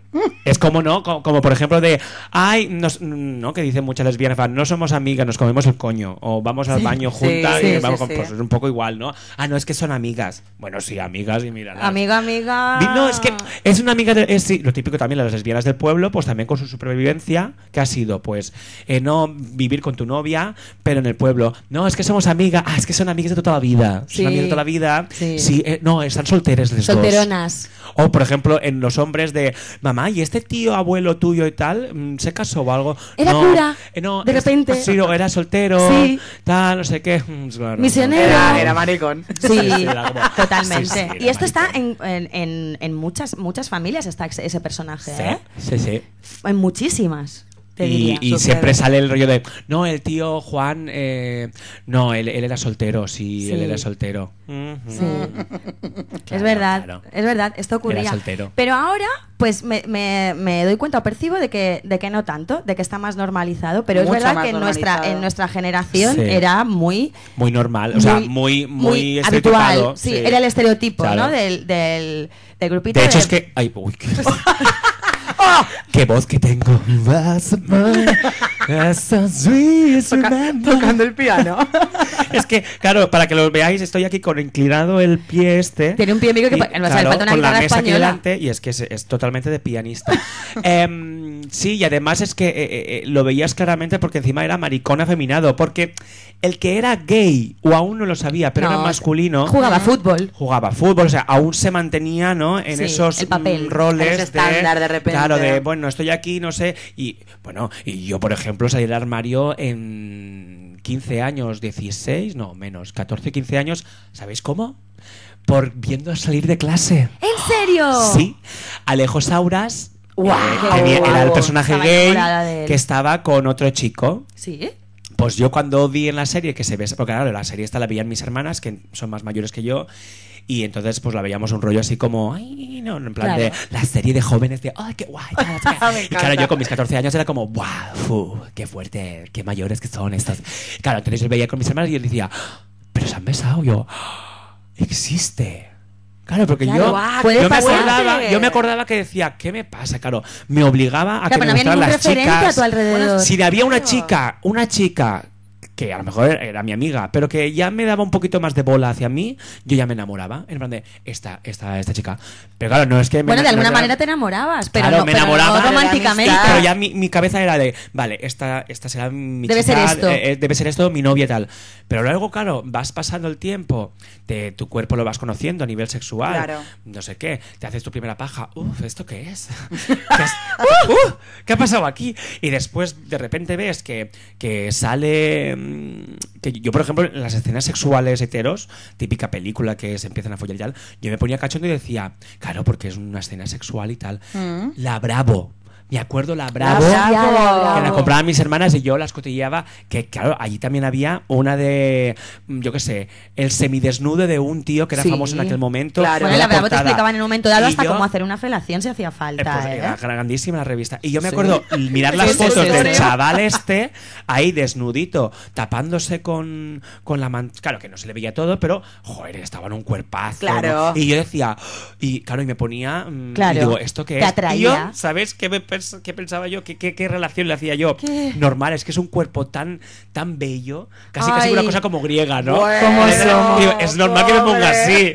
Speaker 3: Es como no, como, como por ejemplo de, ay, nos- mm, no, que dicen muchas lesbianas, van, no somos amigas, nos comemos el coño, o vamos al baño juntas,
Speaker 2: sí,
Speaker 3: y
Speaker 2: sí,
Speaker 3: vamos
Speaker 2: sí,
Speaker 3: con-
Speaker 2: sí.
Speaker 3: pues es un poco igual, ¿no? Ah, no, es que son amigas. Bueno, sí, amigas y mira. las-
Speaker 1: Amiga, amiga.
Speaker 3: Di- No, es que
Speaker 1: Ah.
Speaker 3: es una amiga, de- es, sí, lo típico también, las lesbianas del pueblo, pues también con su supervivencia, que ha sido, pues, eh, no vivir con tu novia, pero en el pueblo. No, es que somos amigas, ah, es que son amigas de toda la vida.
Speaker 1: Sí.
Speaker 3: Son amigas de toda la vida.
Speaker 1: Sí.
Speaker 3: Sí. eh, no, están solteras les dos.
Speaker 1: Solteronas.
Speaker 3: O, por ejemplo, en los hombres de, mamá, ¿y este tío abuelo tuyo y tal mm, se casó o algo?
Speaker 1: Era
Speaker 3: no,
Speaker 1: cura,
Speaker 3: eh, no,
Speaker 1: de
Speaker 3: es-
Speaker 1: repente.
Speaker 3: Sí, o era soltero,
Speaker 1: Sí. ¿Eh?
Speaker 3: tal, no sé qué. Mm, claro.
Speaker 1: Misionero.
Speaker 2: Era, era maricón.
Speaker 1: Sí,
Speaker 3: Sí, era como-
Speaker 1: totalmente.
Speaker 3: Sí, sí, era
Speaker 1: y esto está
Speaker 3: maricón.
Speaker 1: en, en- en- en muchas, muchas familias, está ese ese personaje.
Speaker 3: Sí,
Speaker 1: ¿eh?
Speaker 3: sí, sí.
Speaker 1: En muchísimas, te
Speaker 3: Y,
Speaker 1: diría.
Speaker 3: y
Speaker 2: sucede.
Speaker 3: siempre sale el rollo de, no, el tío Juan, eh, no, él, él era soltero, sí,
Speaker 1: Sí.
Speaker 3: él era soltero.
Speaker 1: Sí. es
Speaker 3: Claro,
Speaker 1: verdad,
Speaker 3: claro.
Speaker 1: es verdad, esto ocurría.
Speaker 3: Era soltero.
Speaker 1: Pero ahora, pues me, me- me doy cuenta o percibo de que, de que no tanto, de que está más normalizado, pero
Speaker 2: Mucho
Speaker 1: es verdad
Speaker 2: más
Speaker 1: que en nuestra,
Speaker 2: normalizado.
Speaker 1: en nuestra generación
Speaker 3: Sí.
Speaker 1: era muy...
Speaker 3: Muy normal, o sea, muy, muy,
Speaker 1: habitual.
Speaker 3: estereotipado,
Speaker 1: Sí, era el estereotipo,
Speaker 3: Claro.
Speaker 1: ¿no? Del, del, del grupito.
Speaker 3: De hecho,
Speaker 1: de-
Speaker 3: es
Speaker 1: [laughs]
Speaker 3: que. Ay, uy, qué. ¡Oh! ¡Qué voz que tengo! [laughs] That's my- that's so sweet, remember.
Speaker 2: Tocando el piano.
Speaker 3: [laughs] Es que, claro, para que lo veáis, estoy aquí con inclinado el pie este.
Speaker 1: Tiene un pie amigo que
Speaker 3: Y,
Speaker 1: pa- o sea, le falta una
Speaker 3: con la
Speaker 1: guitarra
Speaker 3: mesa aquí
Speaker 1: española.
Speaker 3: delante, y es que es, es totalmente de
Speaker 1: [laughs]
Speaker 3: pianista. Em, sí, y además es que eh, eh, eh, lo veías claramente porque encima era maricón afeminado. Porque el que era gay, o aún no lo sabía, pero
Speaker 1: No,
Speaker 3: era masculino.
Speaker 1: Jugaba a fútbol.
Speaker 3: Jugaba fútbol, o sea, aún se mantenía, ¿no? En
Speaker 1: Sí,
Speaker 3: esos
Speaker 1: el papel.
Speaker 3: mm, roles.
Speaker 2: Ese estándar, de repente.
Speaker 3: Claro, de, bueno, estoy aquí, no sé. Y bueno, y yo, por ejemplo, salí del armario en 15 años, 16, no, menos, 14, 15 años. ¿Sabéis cómo? Por viendo salir de clase.
Speaker 1: ¿En serio?
Speaker 3: Sí, Alejo Sauras.
Speaker 1: Oh.
Speaker 3: eh,
Speaker 1: Guau,
Speaker 3: tenía- era el
Speaker 1: guau.
Speaker 3: personaje
Speaker 1: Estaba
Speaker 3: gay
Speaker 1: enamorada de él.
Speaker 3: que estaba con otro chico.
Speaker 1: Sí.
Speaker 3: Pues yo cuando vi en la serie que se ve, porque claro, la serie esta la veían mis hermanas, que son más mayores que yo, y entonces pues la veíamos un rollo así como, ay, no, en plan
Speaker 1: Claro.
Speaker 3: de la serie de jóvenes de, ay, qué guay. tal, no sé
Speaker 1: [laughs]
Speaker 3: qué".
Speaker 2: Me
Speaker 3: y claro,
Speaker 2: encanta.
Speaker 3: yo con mis 14 años era como, wow, fu, qué fuerte, qué mayores que son estos. Claro, entonces yo veía con mis hermanas y yo decía, pero se han besado, yo, "Ah, existe. Claro, porque
Speaker 1: Claro,
Speaker 3: yo,
Speaker 1: guau, puede
Speaker 3: yo, me
Speaker 1: pasar.
Speaker 3: acordaba, yo me acordaba que decía, ¿qué me pasa? Claro, me obligaba a
Speaker 1: Claro,
Speaker 3: que
Speaker 1: pero no
Speaker 3: me
Speaker 1: había ningún
Speaker 3: gustaran las
Speaker 1: referente a
Speaker 3: chicas.
Speaker 1: tu alrededor.
Speaker 3: Si había una chica, una chica que a lo mejor era mi amiga, pero que ya me daba un poquito más de bola hacia mí, yo ya me enamoraba. En plan de, esta, esta, esta chica. Pero claro, no es que... me-
Speaker 1: Bueno, de
Speaker 3: no
Speaker 1: alguna
Speaker 3: era-
Speaker 1: manera te enamorabas, pero,
Speaker 3: Claro,
Speaker 1: no,
Speaker 3: me
Speaker 1: pero no
Speaker 3: enamoraba.
Speaker 1: románticamente.
Speaker 2: Era amistad.
Speaker 3: Pero ya mi, mi cabeza era de, vale, esta, esta será mi
Speaker 1: Debe
Speaker 3: chica,
Speaker 1: ser esto.
Speaker 3: eh, eh, debe ser esto, mi novia y tal. Pero luego, claro, vas pasando el tiempo, te- tu cuerpo lo vas conociendo a nivel sexual,
Speaker 2: Claro.
Speaker 3: no sé qué, te haces tu primera paja, uff, ¿esto qué es? [laughs] ¿Qué, has- uh, uh, ¿qué ha pasado aquí? Y después de repente ves que, que sale... mm, Que yo, por ejemplo, en las escenas sexuales heteros, típica película que se empiezan a follar y tal, yo me ponía cachondo y decía, claro, porque es una escena sexual y tal.
Speaker 2: Mm.
Speaker 3: La Bravo. Me acuerdo la Bravo.
Speaker 1: Bravo.
Speaker 3: Que la
Speaker 1: Bravo.
Speaker 3: compraban mis hermanas y yo las cotilleaba. Que claro, allí también había una de, mm, yo qué sé, el semidesnudo de un tío que era
Speaker 1: Sí.
Speaker 3: famoso en aquel momento.
Speaker 2: Claro.
Speaker 1: Bueno,
Speaker 3: Era
Speaker 1: la verdad, te
Speaker 3: portada.
Speaker 1: explicaban en un momento dado
Speaker 3: Y
Speaker 1: hasta
Speaker 3: yo-
Speaker 1: cómo hacer una felación si hacía
Speaker 3: eh, pues,
Speaker 1: falta. ¿eh?
Speaker 3: era grandísima la revista. Y yo me acuerdo mirar
Speaker 1: Sí,
Speaker 3: las
Speaker 1: sí,
Speaker 3: fotos
Speaker 1: sí,
Speaker 3: del
Speaker 1: sí.
Speaker 3: chaval este ahí desnudito, tapándose con, con la manta. Claro que no se le veía todo, pero joder, estaba en un cuerpazo.
Speaker 2: Claro.
Speaker 3: ¿no? Y yo decía, y claro, y me ponía. mm, y
Speaker 1: Claro.
Speaker 3: digo, ¿esto qué
Speaker 1: Te
Speaker 3: es?
Speaker 1: atraía.
Speaker 3: Y yo, ¿sabes qué, me pens- qué pensaba yo? ¿Qué, qué, qué relación le hacía yo? Normal, es que es un cuerpo tan, tan bello, casi casi
Speaker 1: Ay.
Speaker 3: una cosa como griega, ¿no?
Speaker 2: Bueno, ¿Cómo somos?
Speaker 3: Digo, es normal que me ponga
Speaker 2: pobre.
Speaker 3: así.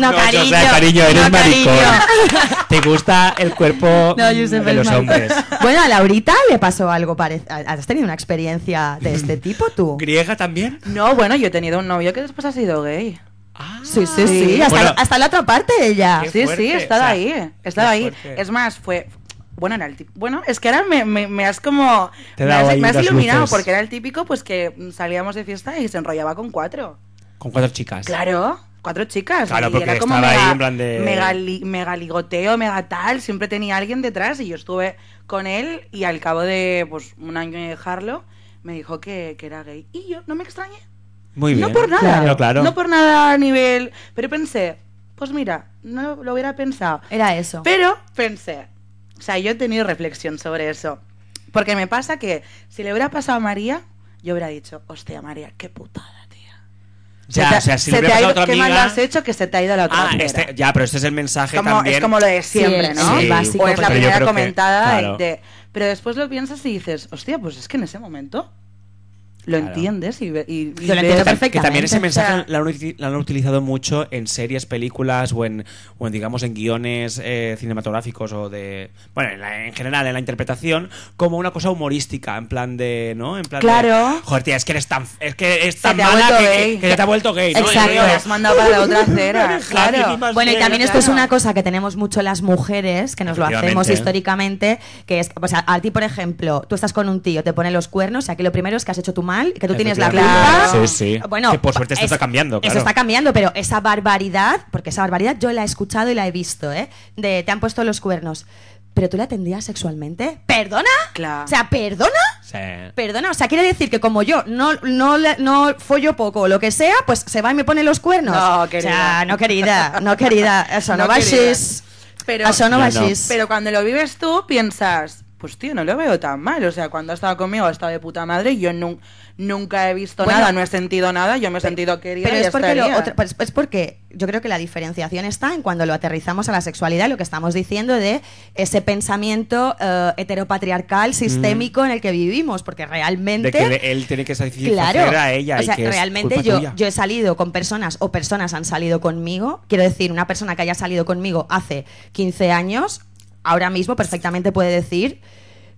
Speaker 1: No,
Speaker 3: yo, o sea,
Speaker 1: cariño,
Speaker 3: cariño, eres
Speaker 1: no,
Speaker 3: maricón.
Speaker 1: cariño.
Speaker 3: Te gusta el
Speaker 2: [laughs]
Speaker 3: cuerpo
Speaker 1: No, Josep,
Speaker 3: de
Speaker 1: es
Speaker 3: los
Speaker 1: malo.
Speaker 3: hombres.
Speaker 1: Bueno, a Laurita le pasó algo parecido. ¿Has tenido una experiencia de
Speaker 3: [laughs]
Speaker 1: este tipo tú?
Speaker 3: [laughs] ¿Griega también?
Speaker 2: No, bueno, yo he tenido un novio que después ha sido gay.
Speaker 3: Ah,
Speaker 1: Sí, sí, sí.
Speaker 2: Sí.
Speaker 1: Hasta,
Speaker 3: Bueno.
Speaker 1: hasta la otra parte de ella.
Speaker 3: Qué
Speaker 2: sí, sí,
Speaker 3: fuerte,
Speaker 2: he estado
Speaker 3: o sea,
Speaker 2: ahí. He estado
Speaker 3: qué
Speaker 2: ahí.
Speaker 3: fuerte.
Speaker 2: Es más, fue. Bueno, era el tip- Bueno, es que ahora me, me- me has como.
Speaker 3: Te he
Speaker 2: me
Speaker 3: dado
Speaker 2: has,
Speaker 3: ahí
Speaker 2: me has
Speaker 3: unas
Speaker 2: iluminado,
Speaker 3: luces.
Speaker 2: porque era el típico, pues que mm, salíamos de fiesta y se enrollaba con cuatro.
Speaker 3: Con cuatro chicas.
Speaker 2: Claro, cuatro chicas.
Speaker 3: Claro,
Speaker 2: y
Speaker 3: porque
Speaker 2: era como
Speaker 3: estaba ahí
Speaker 2: mega,
Speaker 3: en plan de-
Speaker 2: mega, li- mega ligoteo, mega tal. Siempre tenía alguien detrás y yo estuve con él y al cabo de pues, un año de dejarlo, me dijo que, que era gay. Y yo no me extrañé.
Speaker 3: Muy bien.
Speaker 2: No por nada.
Speaker 3: Claro, claro.
Speaker 2: No por nada a nivel. Pero pensé, pues mira, no lo hubiera pensado.
Speaker 1: Era eso.
Speaker 2: Pero pensé, o sea, yo he tenido reflexión sobre eso. Porque me pasa que si le hubiera pasado a María, yo hubiera dicho, hostia María, qué putada, tía.
Speaker 3: Ya,
Speaker 2: Se te-
Speaker 3: o sea, si
Speaker 2: se te
Speaker 3: lo hubiera
Speaker 2: ha
Speaker 3: pasado
Speaker 2: ido-
Speaker 3: a otra
Speaker 2: ¿Qué mal
Speaker 3: amiga-
Speaker 2: has hecho que se te ha ido la otra
Speaker 3: Ah,
Speaker 2: amiga?
Speaker 3: este- ya, pero este es el mensaje
Speaker 2: Como-
Speaker 3: también.
Speaker 2: es como lo de
Speaker 1: Sí,
Speaker 2: siempre, ¿no?
Speaker 1: sí, básico,
Speaker 2: o es
Speaker 1: pero yo
Speaker 2: la primera
Speaker 3: Pues creo que-
Speaker 2: comentada
Speaker 3: claro.
Speaker 2: de- Pero después lo piensas y dices, hostia, pues es que en ese momento lo
Speaker 3: Claro.
Speaker 2: entiendes y, ve- y- y
Speaker 1: Yo lo
Speaker 2: ves-
Speaker 1: entiendo
Speaker 3: Tam- Que también
Speaker 1: perfectamente,
Speaker 3: ese mensaje
Speaker 2: o sea-
Speaker 3: lo, han uti- lo han utilizado mucho en series, películas o en, o en, digamos, en guiones eh, cinematográficos o de. Bueno, en, la- en general, en la interpretación, como una cosa humorística, en plan de. ¿No? En plan
Speaker 2: Claro.
Speaker 3: de. Joder, tía, es que eres tan, es que es
Speaker 2: Se
Speaker 3: tan
Speaker 2: te ha
Speaker 3: mala
Speaker 2: vuelto
Speaker 3: que,
Speaker 2: gay.
Speaker 3: que- que ya te ha vuelto gay. ¿no?
Speaker 1: Exacto.
Speaker 3: Y
Speaker 2: Te
Speaker 3: yo,
Speaker 2: has mandado para la
Speaker 3: [laughs]
Speaker 2: otra acera, claro.
Speaker 1: Bueno, y también esto es
Speaker 2: claro.
Speaker 1: una cosa que tenemos mucho las mujeres, que nos lo hacemos
Speaker 3: Efectivamente.
Speaker 1: históricamente, que es, pues a, a ti, por ejemplo, tú estás con un tío, te pone los cuernos, y aquí lo primero es que has hecho tú mal, que tú tienes la culpa.
Speaker 2: Efectivamente.
Speaker 3: Sí, sí.
Speaker 1: Bueno,
Speaker 3: que por suerte esto
Speaker 1: es-
Speaker 3: está cambiando. Claro.
Speaker 1: Eso está cambiando, pero esa barbaridad, porque esa barbaridad yo la he escuchado y la he visto, ¿eh? De te han puesto los cuernos. ¿Pero tú la atendías sexualmente? ¿Perdona?
Speaker 2: Claro.
Speaker 1: O sea, ¿perdona?
Speaker 3: Sí.
Speaker 1: Perdona, o sea, quiere decir que como yo no, no, le- no follo poco o lo que sea, pues se va y me pone los cuernos.
Speaker 2: No, querida.
Speaker 1: O sea, no querida, no querida. Eso no,
Speaker 2: No,
Speaker 1: vayis.
Speaker 2: querida. Pero-
Speaker 1: Eso no
Speaker 3: No,
Speaker 1: vayis.
Speaker 2: Pero cuando lo vives tú, piensas, pues tío, no lo veo tan mal. O sea, cuando ha estado conmigo ha estado de puta madre. Yo nun- nunca he visto
Speaker 1: Bueno,
Speaker 2: nada, no he sentido nada. Yo me he sentido querida.
Speaker 1: Pero
Speaker 2: y
Speaker 1: es porque, lo
Speaker 2: estaría.
Speaker 1: otro- pues- pues porque yo creo que la diferenciación está en cuando lo aterrizamos a la sexualidad, lo que estamos diciendo de ese pensamiento eh, heteropatriarcal sistémico en el que vivimos, porque realmente...
Speaker 3: De que le- él tiene que satisfacer
Speaker 1: Claro,
Speaker 3: a ella.
Speaker 1: o
Speaker 3: y
Speaker 1: sea,
Speaker 3: que es
Speaker 1: realmente
Speaker 3: culpa
Speaker 1: yo,
Speaker 3: tuya.
Speaker 1: yo he salido con personas o personas han salido conmigo. Quiero decir, una persona que haya salido conmigo hace 15 años, ahora mismo perfectamente puede decir,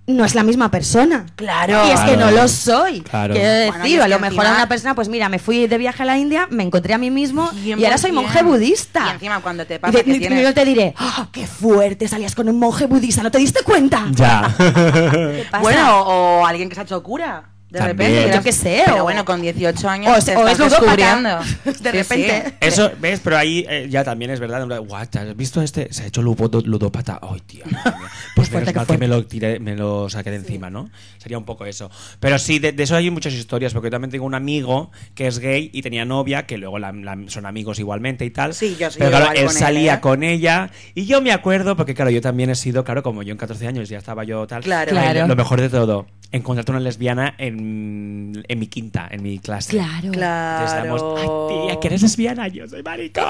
Speaker 1: no es la misma persona.
Speaker 2: Claro.
Speaker 1: Y es que no
Speaker 3: Claro.
Speaker 1: lo soy.
Speaker 3: Claro.
Speaker 1: Quiero decir,
Speaker 2: Bueno, y es
Speaker 1: a lo
Speaker 2: que
Speaker 1: mejor a
Speaker 2: encima-
Speaker 1: una persona, pues mira, me fui de viaje a la India, me encontré a mí mismo y
Speaker 2: 100%.
Speaker 1: ahora soy monje budista.
Speaker 2: Y encima cuando te pasa
Speaker 1: Y te-
Speaker 2: que
Speaker 1: y
Speaker 2: tienes-
Speaker 1: Yo te diré, "Ah, qué fuerte, salías con un monje budista, ¿no te diste
Speaker 3: [laughs]
Speaker 1: cuenta? [laughs]
Speaker 3: Ya.
Speaker 1: ¿Qué pasa?
Speaker 2: Bueno, o, o alguien que se ha hecho cura. De
Speaker 3: También.
Speaker 2: repente.
Speaker 3: Yo
Speaker 2: eras-
Speaker 1: qué sé,
Speaker 2: Pero
Speaker 1: o-
Speaker 2: bueno, con 18 años
Speaker 1: o es-
Speaker 2: te
Speaker 1: o
Speaker 2: estás
Speaker 1: es ludópata.
Speaker 2: [laughs] descubriendo.
Speaker 1: De repente.
Speaker 3: [laughs] Eso, ¿ves? Pero ahí eh, ya también es verdad. en plan, Guau, ¿te ¿has visto este? Se ha hecho lupo- ludópata. Ay, tía. madre
Speaker 2: [laughs]
Speaker 3: mía. Pues
Speaker 1: Qué fuerte, qué
Speaker 3: menos mal que
Speaker 1: fuerte.
Speaker 3: me lo, tiré- me lo saqué de encima, ¿no? Sería un poco eso. Pero sí, de, de eso hay muchas historias, porque yo también tengo un amigo que es gay y tenía novia, que luego la- la- son amigos igualmente y tal.
Speaker 2: Sí, yo soy
Speaker 3: Pero claro,
Speaker 2: igual
Speaker 3: él
Speaker 2: con él,
Speaker 3: salía
Speaker 2: ¿eh?
Speaker 3: con ella y yo me acuerdo, porque claro, yo también he sido, claro, como yo en 14 años ya estaba yo tal.
Speaker 2: Claro.
Speaker 3: Ay,
Speaker 1: Claro.
Speaker 3: Lo mejor de todo, encontrarte una lesbiana en, en mi quinta, en mi clase.
Speaker 1: Claro.
Speaker 3: Entonces damos,
Speaker 2: Claro.
Speaker 3: "Ay, tía, que eres lesbiana, yo soy maricón.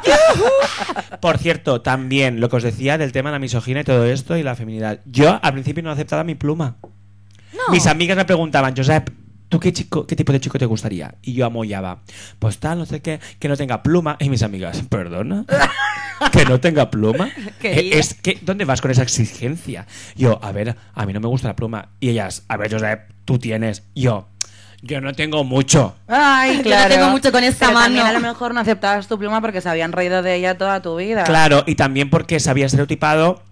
Speaker 3: [laughs] Por cierto, también lo que os decía del tema de la misoginia y todo esto y la feminidad. Yo al principio no aceptaba mi pluma.
Speaker 1: No.
Speaker 3: Mis amigas me preguntaban, Josep, ¿tú qué, chico, qué tipo de chico te gustaría? Y yo amollaba, pues tal, no sé qué, que no tenga pluma. Y mis amigas, perdona. Que no tenga pluma. Eh,
Speaker 1: Querida.
Speaker 3: Es que, ¿Dónde vas con esa exigencia? Yo, a ver, a mí no me gusta la pluma. Y ellas, a ver, Josep, tú tienes. Yo, yo no tengo mucho.
Speaker 2: Ay,
Speaker 1: Yo no
Speaker 2: claro.
Speaker 1: tengo mucho con esta
Speaker 2: Pero también
Speaker 1: mano.
Speaker 2: a lo mejor no aceptabas tu pluma porque se habían reído de ella toda tu vida.
Speaker 3: Claro, y también porque se había estereotipado.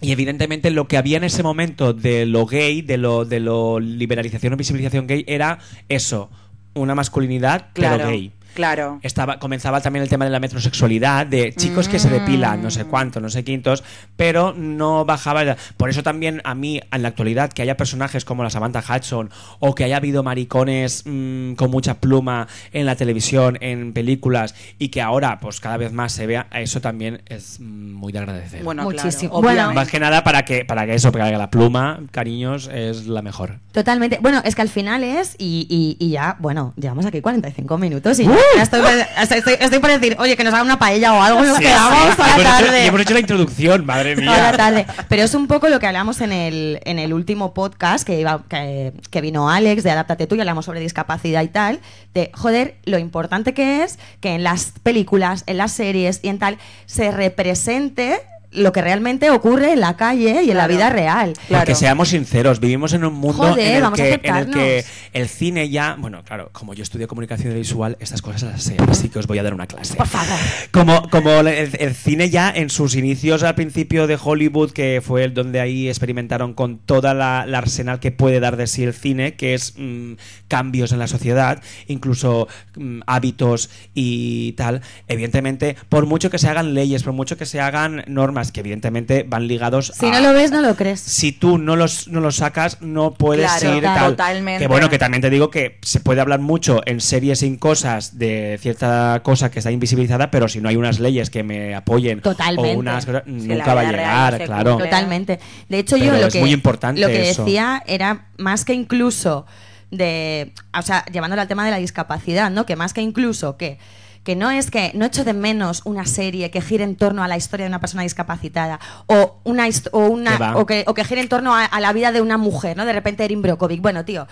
Speaker 3: Y evidentemente lo que había en ese momento de lo gay, de lo, de lo liberalización o visibilización gay, era eso, una masculinidad
Speaker 2: Claro.
Speaker 3: pero gay.
Speaker 2: Claro.
Speaker 3: Estaba, comenzaba también el tema de la metrosexualidad, de chicos que
Speaker 1: Mm.
Speaker 3: se depilan, no sé cuánto, no sé quintos, pero no bajaba. el- Por eso también a mí, en la actualidad, que haya personajes como la Samantha Hudson o que haya habido maricones mm, con mucha pluma en la televisión, en películas, y que ahora, pues cada vez más se vea, eso también es mm, muy de agradecer.
Speaker 2: Bueno,
Speaker 1: Muchísimo.
Speaker 2: claro.
Speaker 1: Bueno. eh.
Speaker 3: Más
Speaker 2: obviamente.
Speaker 3: que nada para que, para que eso, para que la pluma, cariños, es la mejor.
Speaker 1: Totalmente. Bueno, es que al final es, y, y- y ya, bueno, llevamos aquí 45 minutos y yo ya estoy, por- o sea, estoy, estoy por decir, oye, que nos hagan una paella o algo y nos
Speaker 3: Sí,
Speaker 1: quedamos
Speaker 3: [laughs] sí.
Speaker 1: toda la
Speaker 3: Hemos hecho-
Speaker 1: tarde.
Speaker 3: hemos hecho la introducción, madre mía.
Speaker 1: Toda la tarde. Pero es un poco lo que hablamos en el, en el último podcast que, iba, que, que vino Alex de Adáptate tú y hablamos sobre discapacidad y tal, de joder, lo importante que es que en las películas, en las series y en tal, se represente lo que realmente ocurre en la calle y en la
Speaker 2: Claro.
Speaker 1: vida real.
Speaker 2: Claro.
Speaker 3: Porque seamos sinceros, vivimos en un mundo
Speaker 1: Joder,
Speaker 3: en, el
Speaker 1: vamos a
Speaker 3: que, en el
Speaker 1: aceptarnos.
Speaker 3: que el cine ya, bueno, claro, como yo estudio comunicación visual, estas cosas las sé, así que os voy a dar una clase.
Speaker 1: Por favor.
Speaker 3: Como, como el, el cine ya en sus inicios al principio de Hollywood, que fue el donde ahí experimentaron con toda la, la arsenal que puede dar de sí el cine, que es mm, cambios en la sociedad, incluso mm, hábitos y tal. Evidentemente, por mucho que se hagan leyes, por mucho que se hagan normas, que evidentemente van ligados
Speaker 1: Si
Speaker 3: a
Speaker 1: no lo ves, no lo crees.
Speaker 3: si tú no los, no los sacas, no puedes
Speaker 2: Claro,
Speaker 3: ir
Speaker 1: claro.
Speaker 3: tal.
Speaker 2: Totalmente.
Speaker 3: Que bueno, que también te digo que se puede hablar mucho en series sin cosas de cierta cosa que está invisibilizada, pero si no hay unas leyes que me apoyen
Speaker 1: Totalmente.
Speaker 3: o unas cosas,
Speaker 2: la
Speaker 3: nunca va a
Speaker 2: vida real
Speaker 3: llegar,
Speaker 2: se
Speaker 3: claro.
Speaker 2: cumple.
Speaker 1: Totalmente. De hecho,
Speaker 3: Pero
Speaker 1: yo lo
Speaker 3: es
Speaker 1: que,
Speaker 3: muy importante
Speaker 1: lo que
Speaker 3: eso.
Speaker 1: decía era más que incluso de, o sea, llevándolo al tema de la discapacidad, ¿no? Que más que incluso que que no es que no echo de menos una serie que gire en torno a la historia de una persona discapacitada o una hist- o
Speaker 3: Que va.
Speaker 1: una o que, o que gire en torno a, a la vida de una mujer, ¿no? De repente Erin Brockovich. Bueno, tío,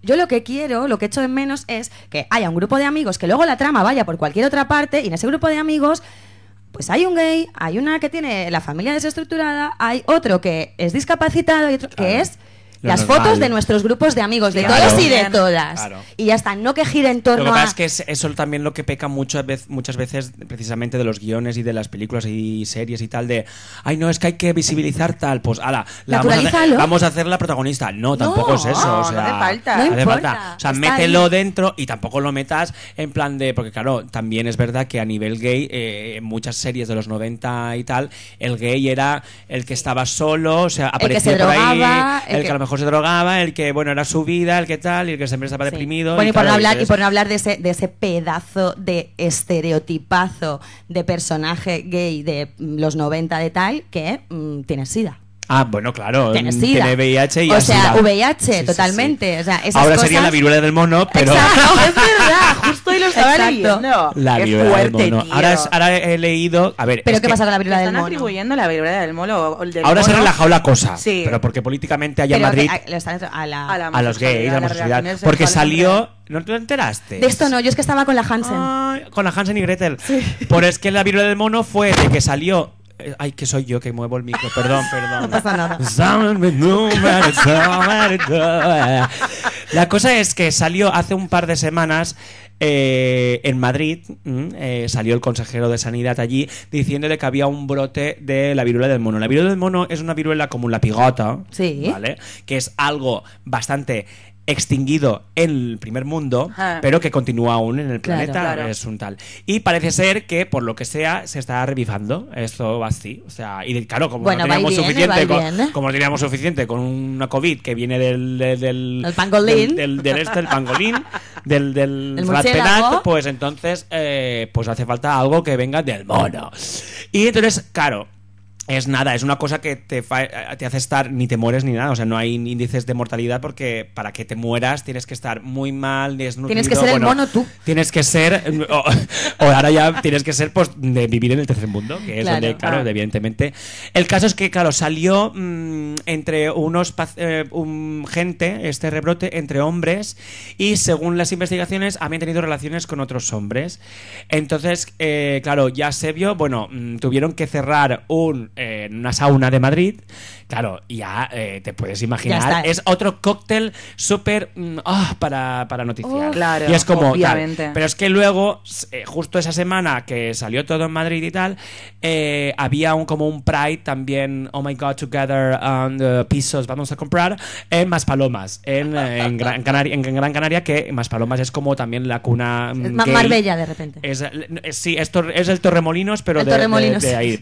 Speaker 1: yo lo que quiero, lo que echo de menos es que haya un grupo de amigos que luego la trama vaya por cualquier otra parte y en ese grupo de amigos pues hay un gay, hay una que tiene la familia desestructurada, hay otro que es discapacitado y otro
Speaker 3: Claro.
Speaker 1: que es
Speaker 3: Lo
Speaker 1: las
Speaker 3: normal.
Speaker 1: fotos de nuestros grupos de amigos, de
Speaker 3: Claro.
Speaker 1: todos y de
Speaker 2: Claro.
Speaker 1: todas.
Speaker 3: Claro.
Speaker 1: Y ya está, no que gire en torno
Speaker 3: Lo que
Speaker 1: a...
Speaker 3: pasa es que es eso también lo que peca muchas veces, muchas veces precisamente de los guiones y de las películas y series y tal de, ay no, es que hay que visibilizar tal, pues ala, la vamos a, hacer,
Speaker 1: Naturalízalo.
Speaker 3: vamos a hacer la protagonista. No, tampoco es eso.
Speaker 2: no,
Speaker 3: o
Speaker 2: no
Speaker 3: sea,
Speaker 2: hace falta.
Speaker 1: No
Speaker 3: hace
Speaker 1: importa,
Speaker 3: falta. O sea,
Speaker 1: está
Speaker 3: mételo
Speaker 1: ahí.
Speaker 3: dentro y tampoco lo metas en plan de, porque claro, también es verdad que a nivel gay, eh, en muchas series de los 90 y tal, el gay era el que estaba solo, o sea, aparecía
Speaker 1: se
Speaker 3: por
Speaker 1: drogaba,
Speaker 3: ahí, el,
Speaker 1: el
Speaker 3: que...
Speaker 1: que-
Speaker 3: a lo mejor se drogaba, el que, bueno, era su vida, el que tal, y el que siempre estaba
Speaker 1: Sí.
Speaker 3: deprimido.
Speaker 1: Bueno, y, por
Speaker 3: claro,
Speaker 1: no hablar, y
Speaker 3: dices-
Speaker 1: por no hablar de ese, de ese pedazo de estereotipazo de personaje gay de mm, los 90 de tal que mm, tiene sida.
Speaker 3: Ah, bueno, claro.
Speaker 1: Tiene
Speaker 3: mm,
Speaker 1: SIDA.
Speaker 3: Tiene VIH y
Speaker 1: O
Speaker 3: así
Speaker 1: sea,
Speaker 3: va.
Speaker 1: VIH,
Speaker 3: Sí, sí, sí.
Speaker 1: totalmente. O sea, esas
Speaker 3: Ahora
Speaker 1: cosas...
Speaker 3: sería
Speaker 1: [laughs]
Speaker 3: la viruela del mono, pero.
Speaker 1: Exacto,
Speaker 2: [laughs]
Speaker 1: es
Speaker 2: Ah,
Speaker 1: verdad.
Speaker 2: justo hoy lo estaba
Speaker 1: Exacto.
Speaker 2: leyendo.
Speaker 3: [laughs] La
Speaker 2: Qué
Speaker 3: viruela del
Speaker 2: fuerte,
Speaker 3: mono.
Speaker 2: tío.
Speaker 3: Ahora, es- ahora he leído. A ver.
Speaker 1: Pero
Speaker 3: es
Speaker 1: ¿qué
Speaker 3: que
Speaker 1: pasa con la
Speaker 2: Le
Speaker 1: viruela del
Speaker 2: están
Speaker 1: mono?
Speaker 2: atribuyendo la viruela del mono. o el del
Speaker 3: Ahora se ha
Speaker 2: mono
Speaker 3: relajado la cosa.
Speaker 2: Sí.
Speaker 3: Pero porque políticamente allá en
Speaker 1: Pero
Speaker 3: Madrid.
Speaker 1: a- lo están a la-
Speaker 2: a la
Speaker 3: A los gays, a la
Speaker 2: las
Speaker 3: homosexualidad.
Speaker 2: relaciones
Speaker 3: Porque
Speaker 2: sexuales
Speaker 3: salió. ¿No te enteraste?
Speaker 1: De esto no, yo es que estaba con la Hansen.
Speaker 3: Ay, con la Hansen y Gretel. Por es que la viruela del mono fue de que salió. eh, Ay, que soy yo que muevo el micro, perdón, perdón.
Speaker 1: [laughs] No pasa nada.
Speaker 3: [laughs] La cosa es que salió hace un par de semanas eh, en Madrid, mm, eh, salió el consejero de Sanidad allí diciéndole que había un brote de la viruela del mono. La viruela del mono es una viruela como la pigota,
Speaker 1: Sí.
Speaker 3: ¿vale? Que es algo bastante extinguido en el primer mundo,
Speaker 2: Ah.
Speaker 3: pero que continúa aún en el
Speaker 1: Claro.
Speaker 3: planeta.
Speaker 2: Claro.
Speaker 3: Es un tal. Y parece ser que, por lo que sea, se está revivando. Esto va así. O sea, y de- claro, como
Speaker 1: Bueno,
Speaker 3: no
Speaker 1: va y
Speaker 3: teníamos
Speaker 1: viene, va
Speaker 3: suficiente
Speaker 1: y
Speaker 3: con,
Speaker 1: viene.
Speaker 3: como no teníamos suficiente con una COVID que viene del del, del-
Speaker 1: El pangolín.
Speaker 3: del, del- del este,
Speaker 1: [laughs]
Speaker 3: el pangolín, del del
Speaker 1: El
Speaker 3: frat penat,
Speaker 1: murciélago.
Speaker 3: pues entonces eh, pues hace falta algo que venga del mono. Y entonces, claro, es nada, es una cosa que te, fa- te hace estar ni te mueres ni nada, o sea, no hay índices de mortalidad porque para que te mueras tienes que estar muy mal, desnutrido.
Speaker 1: Tienes que ser el
Speaker 3: bueno,
Speaker 1: mono tú.
Speaker 3: Tienes que ser, [laughs] o, o ahora ya tienes que ser pues, de vivir en el tercer mundo, que es
Speaker 1: Claro.
Speaker 3: donde, claro,
Speaker 2: Ah.
Speaker 3: evidentemente. El caso es que, claro, salió mm, entre unos pac- eh, un- gente, este rebrote, entre hombres, y según las investigaciones, habían tenido relaciones con otros hombres. Entonces, eh, claro, ya se vio, bueno, mm, tuvieron que cerrar un, eh, una sauna de Madrid. Claro, ya eh, te puedes
Speaker 1: Ya
Speaker 3: imaginar.
Speaker 1: está.
Speaker 3: Es otro cóctel súper mm, ah, para, para noticiar.
Speaker 2: Uf. Claro,
Speaker 3: y es como, tal.
Speaker 2: obviamente.
Speaker 3: Pero pero es que luego, s- eh, justo esa semana que salió todo en Madrid y tal, eh, había un como un Pride también, oh my god, together on the pisos, vamos a comprar, en Maspalomas, en, eh, en, Gran, Canaria, en Gran Canaria, que Maspalomas es como también la cuna mm,
Speaker 1: Es ma-
Speaker 3: gay.
Speaker 1: más bella de repente.
Speaker 3: Es, eh, sí, es, Tor- es el Torremolinos, pero
Speaker 1: El
Speaker 3: de, de-
Speaker 1: Torremolinos.
Speaker 3: de ahí.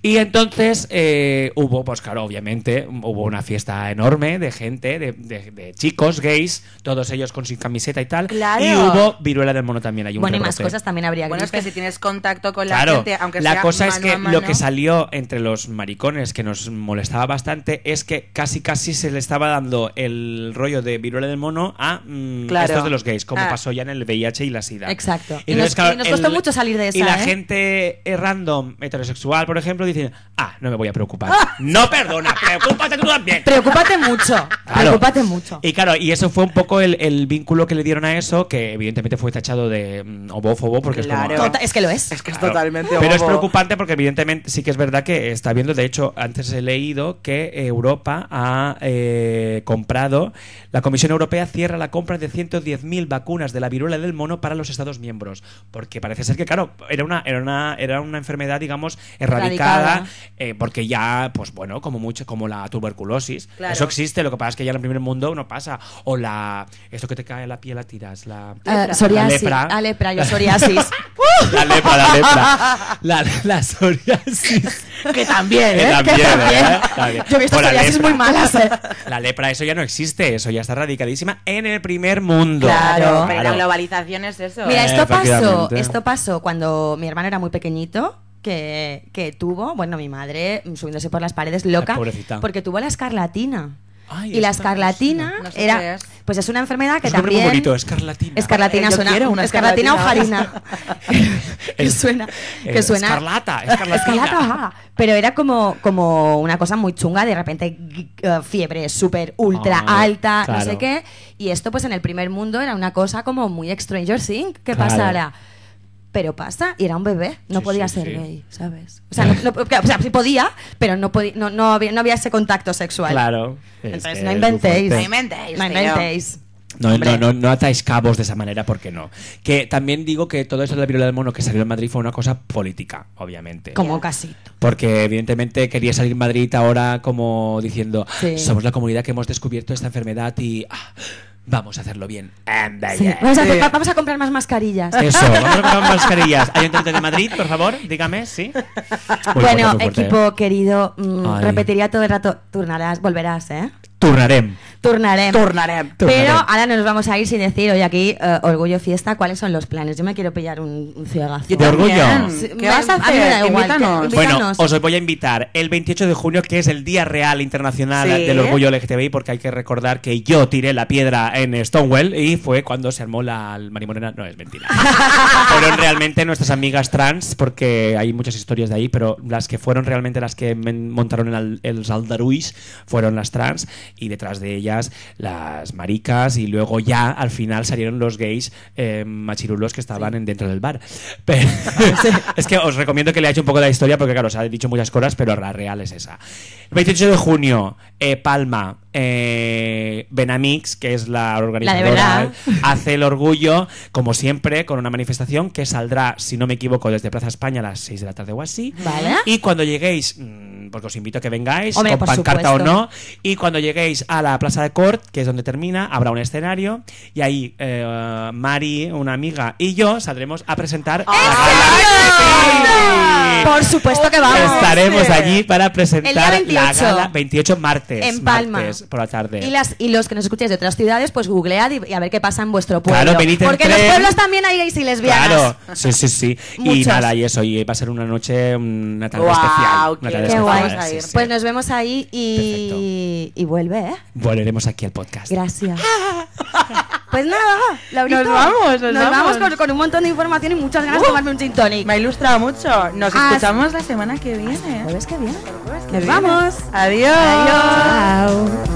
Speaker 3: Y entonces eh, hubo, pues claro, obviamente, hubo una fiesta enorme de gente, de, de- de chicos gays, todos ellos con sin camiseta y tal.
Speaker 2: Claro.
Speaker 3: Y hubo viruela del mono también. Hay un
Speaker 1: Bueno, y más
Speaker 3: rebrote.
Speaker 1: cosas también habría
Speaker 2: Bueno, es que
Speaker 1: que
Speaker 2: si tienes contacto con la
Speaker 3: Claro,
Speaker 2: gente, aunque sea
Speaker 3: la cosa es
Speaker 2: mano
Speaker 3: que
Speaker 2: a mano,
Speaker 3: lo que salió entre los maricones que nos molestaba bastante es que casi casi se le estaba dando el rollo de viruela del mono a mm,
Speaker 2: Claro.
Speaker 3: estos de los gays, como
Speaker 2: Ah.
Speaker 3: pasó ya en el VIH y la SIDA.
Speaker 1: Exacto.
Speaker 3: Y,
Speaker 1: Y
Speaker 3: entonces,
Speaker 1: nos-
Speaker 3: claro,
Speaker 1: y nos costó
Speaker 3: el-
Speaker 1: mucho salir de
Speaker 3: Y
Speaker 1: esa,
Speaker 3: la
Speaker 1: ¿eh?
Speaker 3: gente eh, random heterosexual, por ejemplo, dice, ah, no me voy a preocupar. no perdona, preocúpate tú también.
Speaker 1: Preocúpate mucho.
Speaker 3: [laughs] Claro.
Speaker 1: Preocúpate mucho.
Speaker 3: Y claro, y eso fue un poco el, el vínculo que le dieron a eso, que evidentemente fue tachado de mm, homófobo, porque es
Speaker 2: Claro.
Speaker 3: como...
Speaker 1: Tota- es que lo es.
Speaker 2: Es que es
Speaker 3: Claro.
Speaker 2: totalmente
Speaker 3: Pero es
Speaker 2: bobo.
Speaker 3: preocupante porque evidentemente sí que es verdad que está viendo, de hecho, antes he leído que Europa ha eh, comprado, la Comisión Europea cierra la compra de 110.000 vacunas de la viruela del mono para los Estados miembros, porque parece ser que, claro, era una, era una, era una enfermedad, digamos, erradicada,
Speaker 1: Erradicada.
Speaker 3: eh, porque ya, pues bueno, como mucho, como la tuberculosis,
Speaker 2: Claro.
Speaker 3: eso existe, lo que pasa es que ya en el primer mundo no pasa, o la, esto que te cae en la piel la tiras, la...
Speaker 1: Eh,
Speaker 3: La
Speaker 1: psoriasis.
Speaker 3: lepra.
Speaker 1: Ah, lepra,
Speaker 3: [laughs]
Speaker 1: yo psoriasis.
Speaker 3: La lepra, la [laughs] lepra. La, la psoriasis.
Speaker 2: Que también,
Speaker 3: Que
Speaker 2: ¿eh?
Speaker 3: también,
Speaker 1: Que también.
Speaker 3: ¿eh? También.
Speaker 1: Yo he visto
Speaker 3: O la
Speaker 1: psoriasis
Speaker 3: lepra.
Speaker 1: muy
Speaker 3: [laughs]
Speaker 1: malas, ¿eh?
Speaker 3: La lepra, eso ya no existe. Eso ya está radicadísima en el primer mundo.
Speaker 1: Claro.
Speaker 2: Pero
Speaker 3: Claro.
Speaker 2: la globalización es eso.
Speaker 1: Mira,
Speaker 3: Eh,
Speaker 1: esto pasó,
Speaker 3: efectivamente.
Speaker 1: esto pasó cuando mi hermano era muy pequeñito, que, que tuvo, bueno, mi madre mm, subiéndose por las paredes loca,
Speaker 3: Ay, pobrecita.
Speaker 1: porque tuvo la escarlatina.
Speaker 3: Ay,
Speaker 1: y la
Speaker 3: esto no
Speaker 1: escarlatina
Speaker 2: sé. No sé qué
Speaker 1: era
Speaker 2: es.
Speaker 1: pues es una enfermedad que
Speaker 3: es un nombre
Speaker 1: también
Speaker 3: muy bonito, escarlatina.
Speaker 1: escarlatina
Speaker 2: Eh, yo
Speaker 1: suena
Speaker 2: quiero una
Speaker 1: escarlatina
Speaker 2: escarlatina.
Speaker 1: ojalina [laughs] que suena que
Speaker 3: Eh,
Speaker 1: suena
Speaker 3: escarlata, escarlatina.
Speaker 1: [laughs] Escarlata, ajá. pero era como como una cosa muy chunga de repente g- eh, fiebre súper ultra
Speaker 3: Ah,
Speaker 1: alta no sé
Speaker 3: claro.
Speaker 1: qué y esto pues en el primer mundo era una cosa como muy ex Stranger Things que
Speaker 3: Claro.
Speaker 1: pasara pero pasa y era un bebé no
Speaker 3: Sí,
Speaker 1: podía
Speaker 3: sí,
Speaker 1: ser
Speaker 3: sí.
Speaker 1: gay sabes o sea, no-
Speaker 3: [laughs]
Speaker 1: no- o sea, sí podía pero no podía no, no había no había ese contacto sexual
Speaker 3: Claro.
Speaker 1: entonces
Speaker 3: Es que
Speaker 1: no
Speaker 3: es
Speaker 1: inventéis.
Speaker 3: muy
Speaker 2: No inventéis,
Speaker 1: No
Speaker 2: tío.
Speaker 1: inventéis.
Speaker 3: No,
Speaker 1: Hombre.
Speaker 3: no, no, no atáis cabos de esa manera porque no. Que también digo que todo eso de la viruela del mono que salió en Madrid fue una cosa política, obviamente.
Speaker 1: Como casito.
Speaker 3: Porque evidentemente quería salir Madrid ahora como diciendo, "Ah,
Speaker 1: Sí.
Speaker 3: somos la comunidad que hemos descubierto esta enfermedad y ah, vamos a hacerlo bien. And they-
Speaker 1: Sí. Vamos, a, va- vamos a comprar más mascarillas.
Speaker 3: Eso, vamos a comprar mascarillas. Ayuntamiento de Madrid, por favor, dígame, sí. Uy,
Speaker 1: bueno,
Speaker 3: fuerte, fuerte.
Speaker 1: equipo querido, mm,
Speaker 3: Ay.
Speaker 1: repetiría todo el rato, turnarás, volverás, ¿eh?
Speaker 3: Turnarem.
Speaker 2: Em,
Speaker 1: Turnaré.
Speaker 2: Tornaré.
Speaker 1: Pero
Speaker 3: Turnaré.
Speaker 1: ahora no nos vamos a ir sin decir, hoy aquí, eh, Orgullo Fiesta, ¿cuáles son los planes? Yo me quiero pillar un, un cigarrazo.
Speaker 3: Yo también. orgullo.
Speaker 1: Sí,
Speaker 2: ¿Qué
Speaker 1: me-
Speaker 2: vas a
Speaker 1: a mí me da igual,
Speaker 2: hacer?
Speaker 1: que-
Speaker 2: Invítanos.
Speaker 1: invita-
Speaker 3: Bueno,
Speaker 1: Invítanos.
Speaker 3: os voy a invitar el 28 de junio, que es el Día Real Internacional
Speaker 2: Sí.
Speaker 3: del Orgullo LGTBI, porque hay que recordar que yo tiré la piedra en Stonewall y fue cuando se armó la marimorena. No, es mentira. fueron realmente nuestras amigas trans, porque hay muchas historias de ahí, pero las que fueron realmente las que men- montaron el, al- el Saldaruis fueron las trans y detrás de ellas las maricas y luego ya al final salieron los gays eh, machirulos que estaban en- dentro del bar. Pero- es que os recomiendo que leáis un poco de la historia porque claro, os ha dicho muchas cosas, pero la real es esa. 28 de junio, eh, Palma, eh, Benamix, que es la organizadora,
Speaker 1: verdad.
Speaker 3: hace el orgullo, como siempre, con una manifestación que saldrá, si no me equivoco, desde Plaza España a las 6 de la tarde o así.
Speaker 1: Vale.
Speaker 3: Y cuando lleguéis, mm, porque os invito a que vengáis,
Speaker 1: Hombre,
Speaker 3: con
Speaker 1: por
Speaker 3: pancarta
Speaker 1: supuesto.
Speaker 3: o no, y cuando lleguéis a la Plaza de Cort, que es donde termina, habrá un escenario, y ahí eh, Mari, una amiga, y yo saldremos a presentar...
Speaker 1: ¡Eh,
Speaker 3: ¡A la que sí!
Speaker 1: Por supuesto que vamos.
Speaker 3: Estaremos allí para presentar
Speaker 1: El día
Speaker 3: la
Speaker 1: 28.
Speaker 3: gala 28 martes.
Speaker 1: En Palma.
Speaker 3: martes por la tarde.
Speaker 1: Y, las, y los que nos escucháis de otras ciudades, pues googlead y, y a ver qué pasa en vuestro pueblo.
Speaker 3: Claro, venid en
Speaker 1: Porque en los
Speaker 3: tren.
Speaker 1: pueblos también hay gays y lesbianas.
Speaker 3: Claro, sí,
Speaker 1: [laughs]
Speaker 3: sí, sí. Y
Speaker 1: Muchos.
Speaker 3: nada, y eso, y va a ser una noche, mm, una tarde
Speaker 2: Guau,
Speaker 3: especial. Una
Speaker 2: qué
Speaker 3: tarde
Speaker 1: Qué
Speaker 3: especial,
Speaker 1: guay.
Speaker 2: vamos a ir.
Speaker 3: sí, sí.
Speaker 1: Pues nos vemos ahí y, y vuelve, ¿eh?
Speaker 3: Volveremos aquí al
Speaker 2: [laughs]
Speaker 3: podcast.
Speaker 1: Gracias. Pues nada, Laurita.
Speaker 2: Nos vamos, nos vamos.
Speaker 1: con, con un montón de información y muchas ganas de
Speaker 2: Uh.
Speaker 1: tomarme un gin tonic.
Speaker 2: Me ha ilustrado mucho. Nos
Speaker 1: Ah,
Speaker 2: escuchamos la semana que viene.
Speaker 1: Jueves que viene.
Speaker 2: Que
Speaker 1: Pues Nos
Speaker 2: viene.
Speaker 1: vamos.
Speaker 2: Adiós.
Speaker 1: Chao.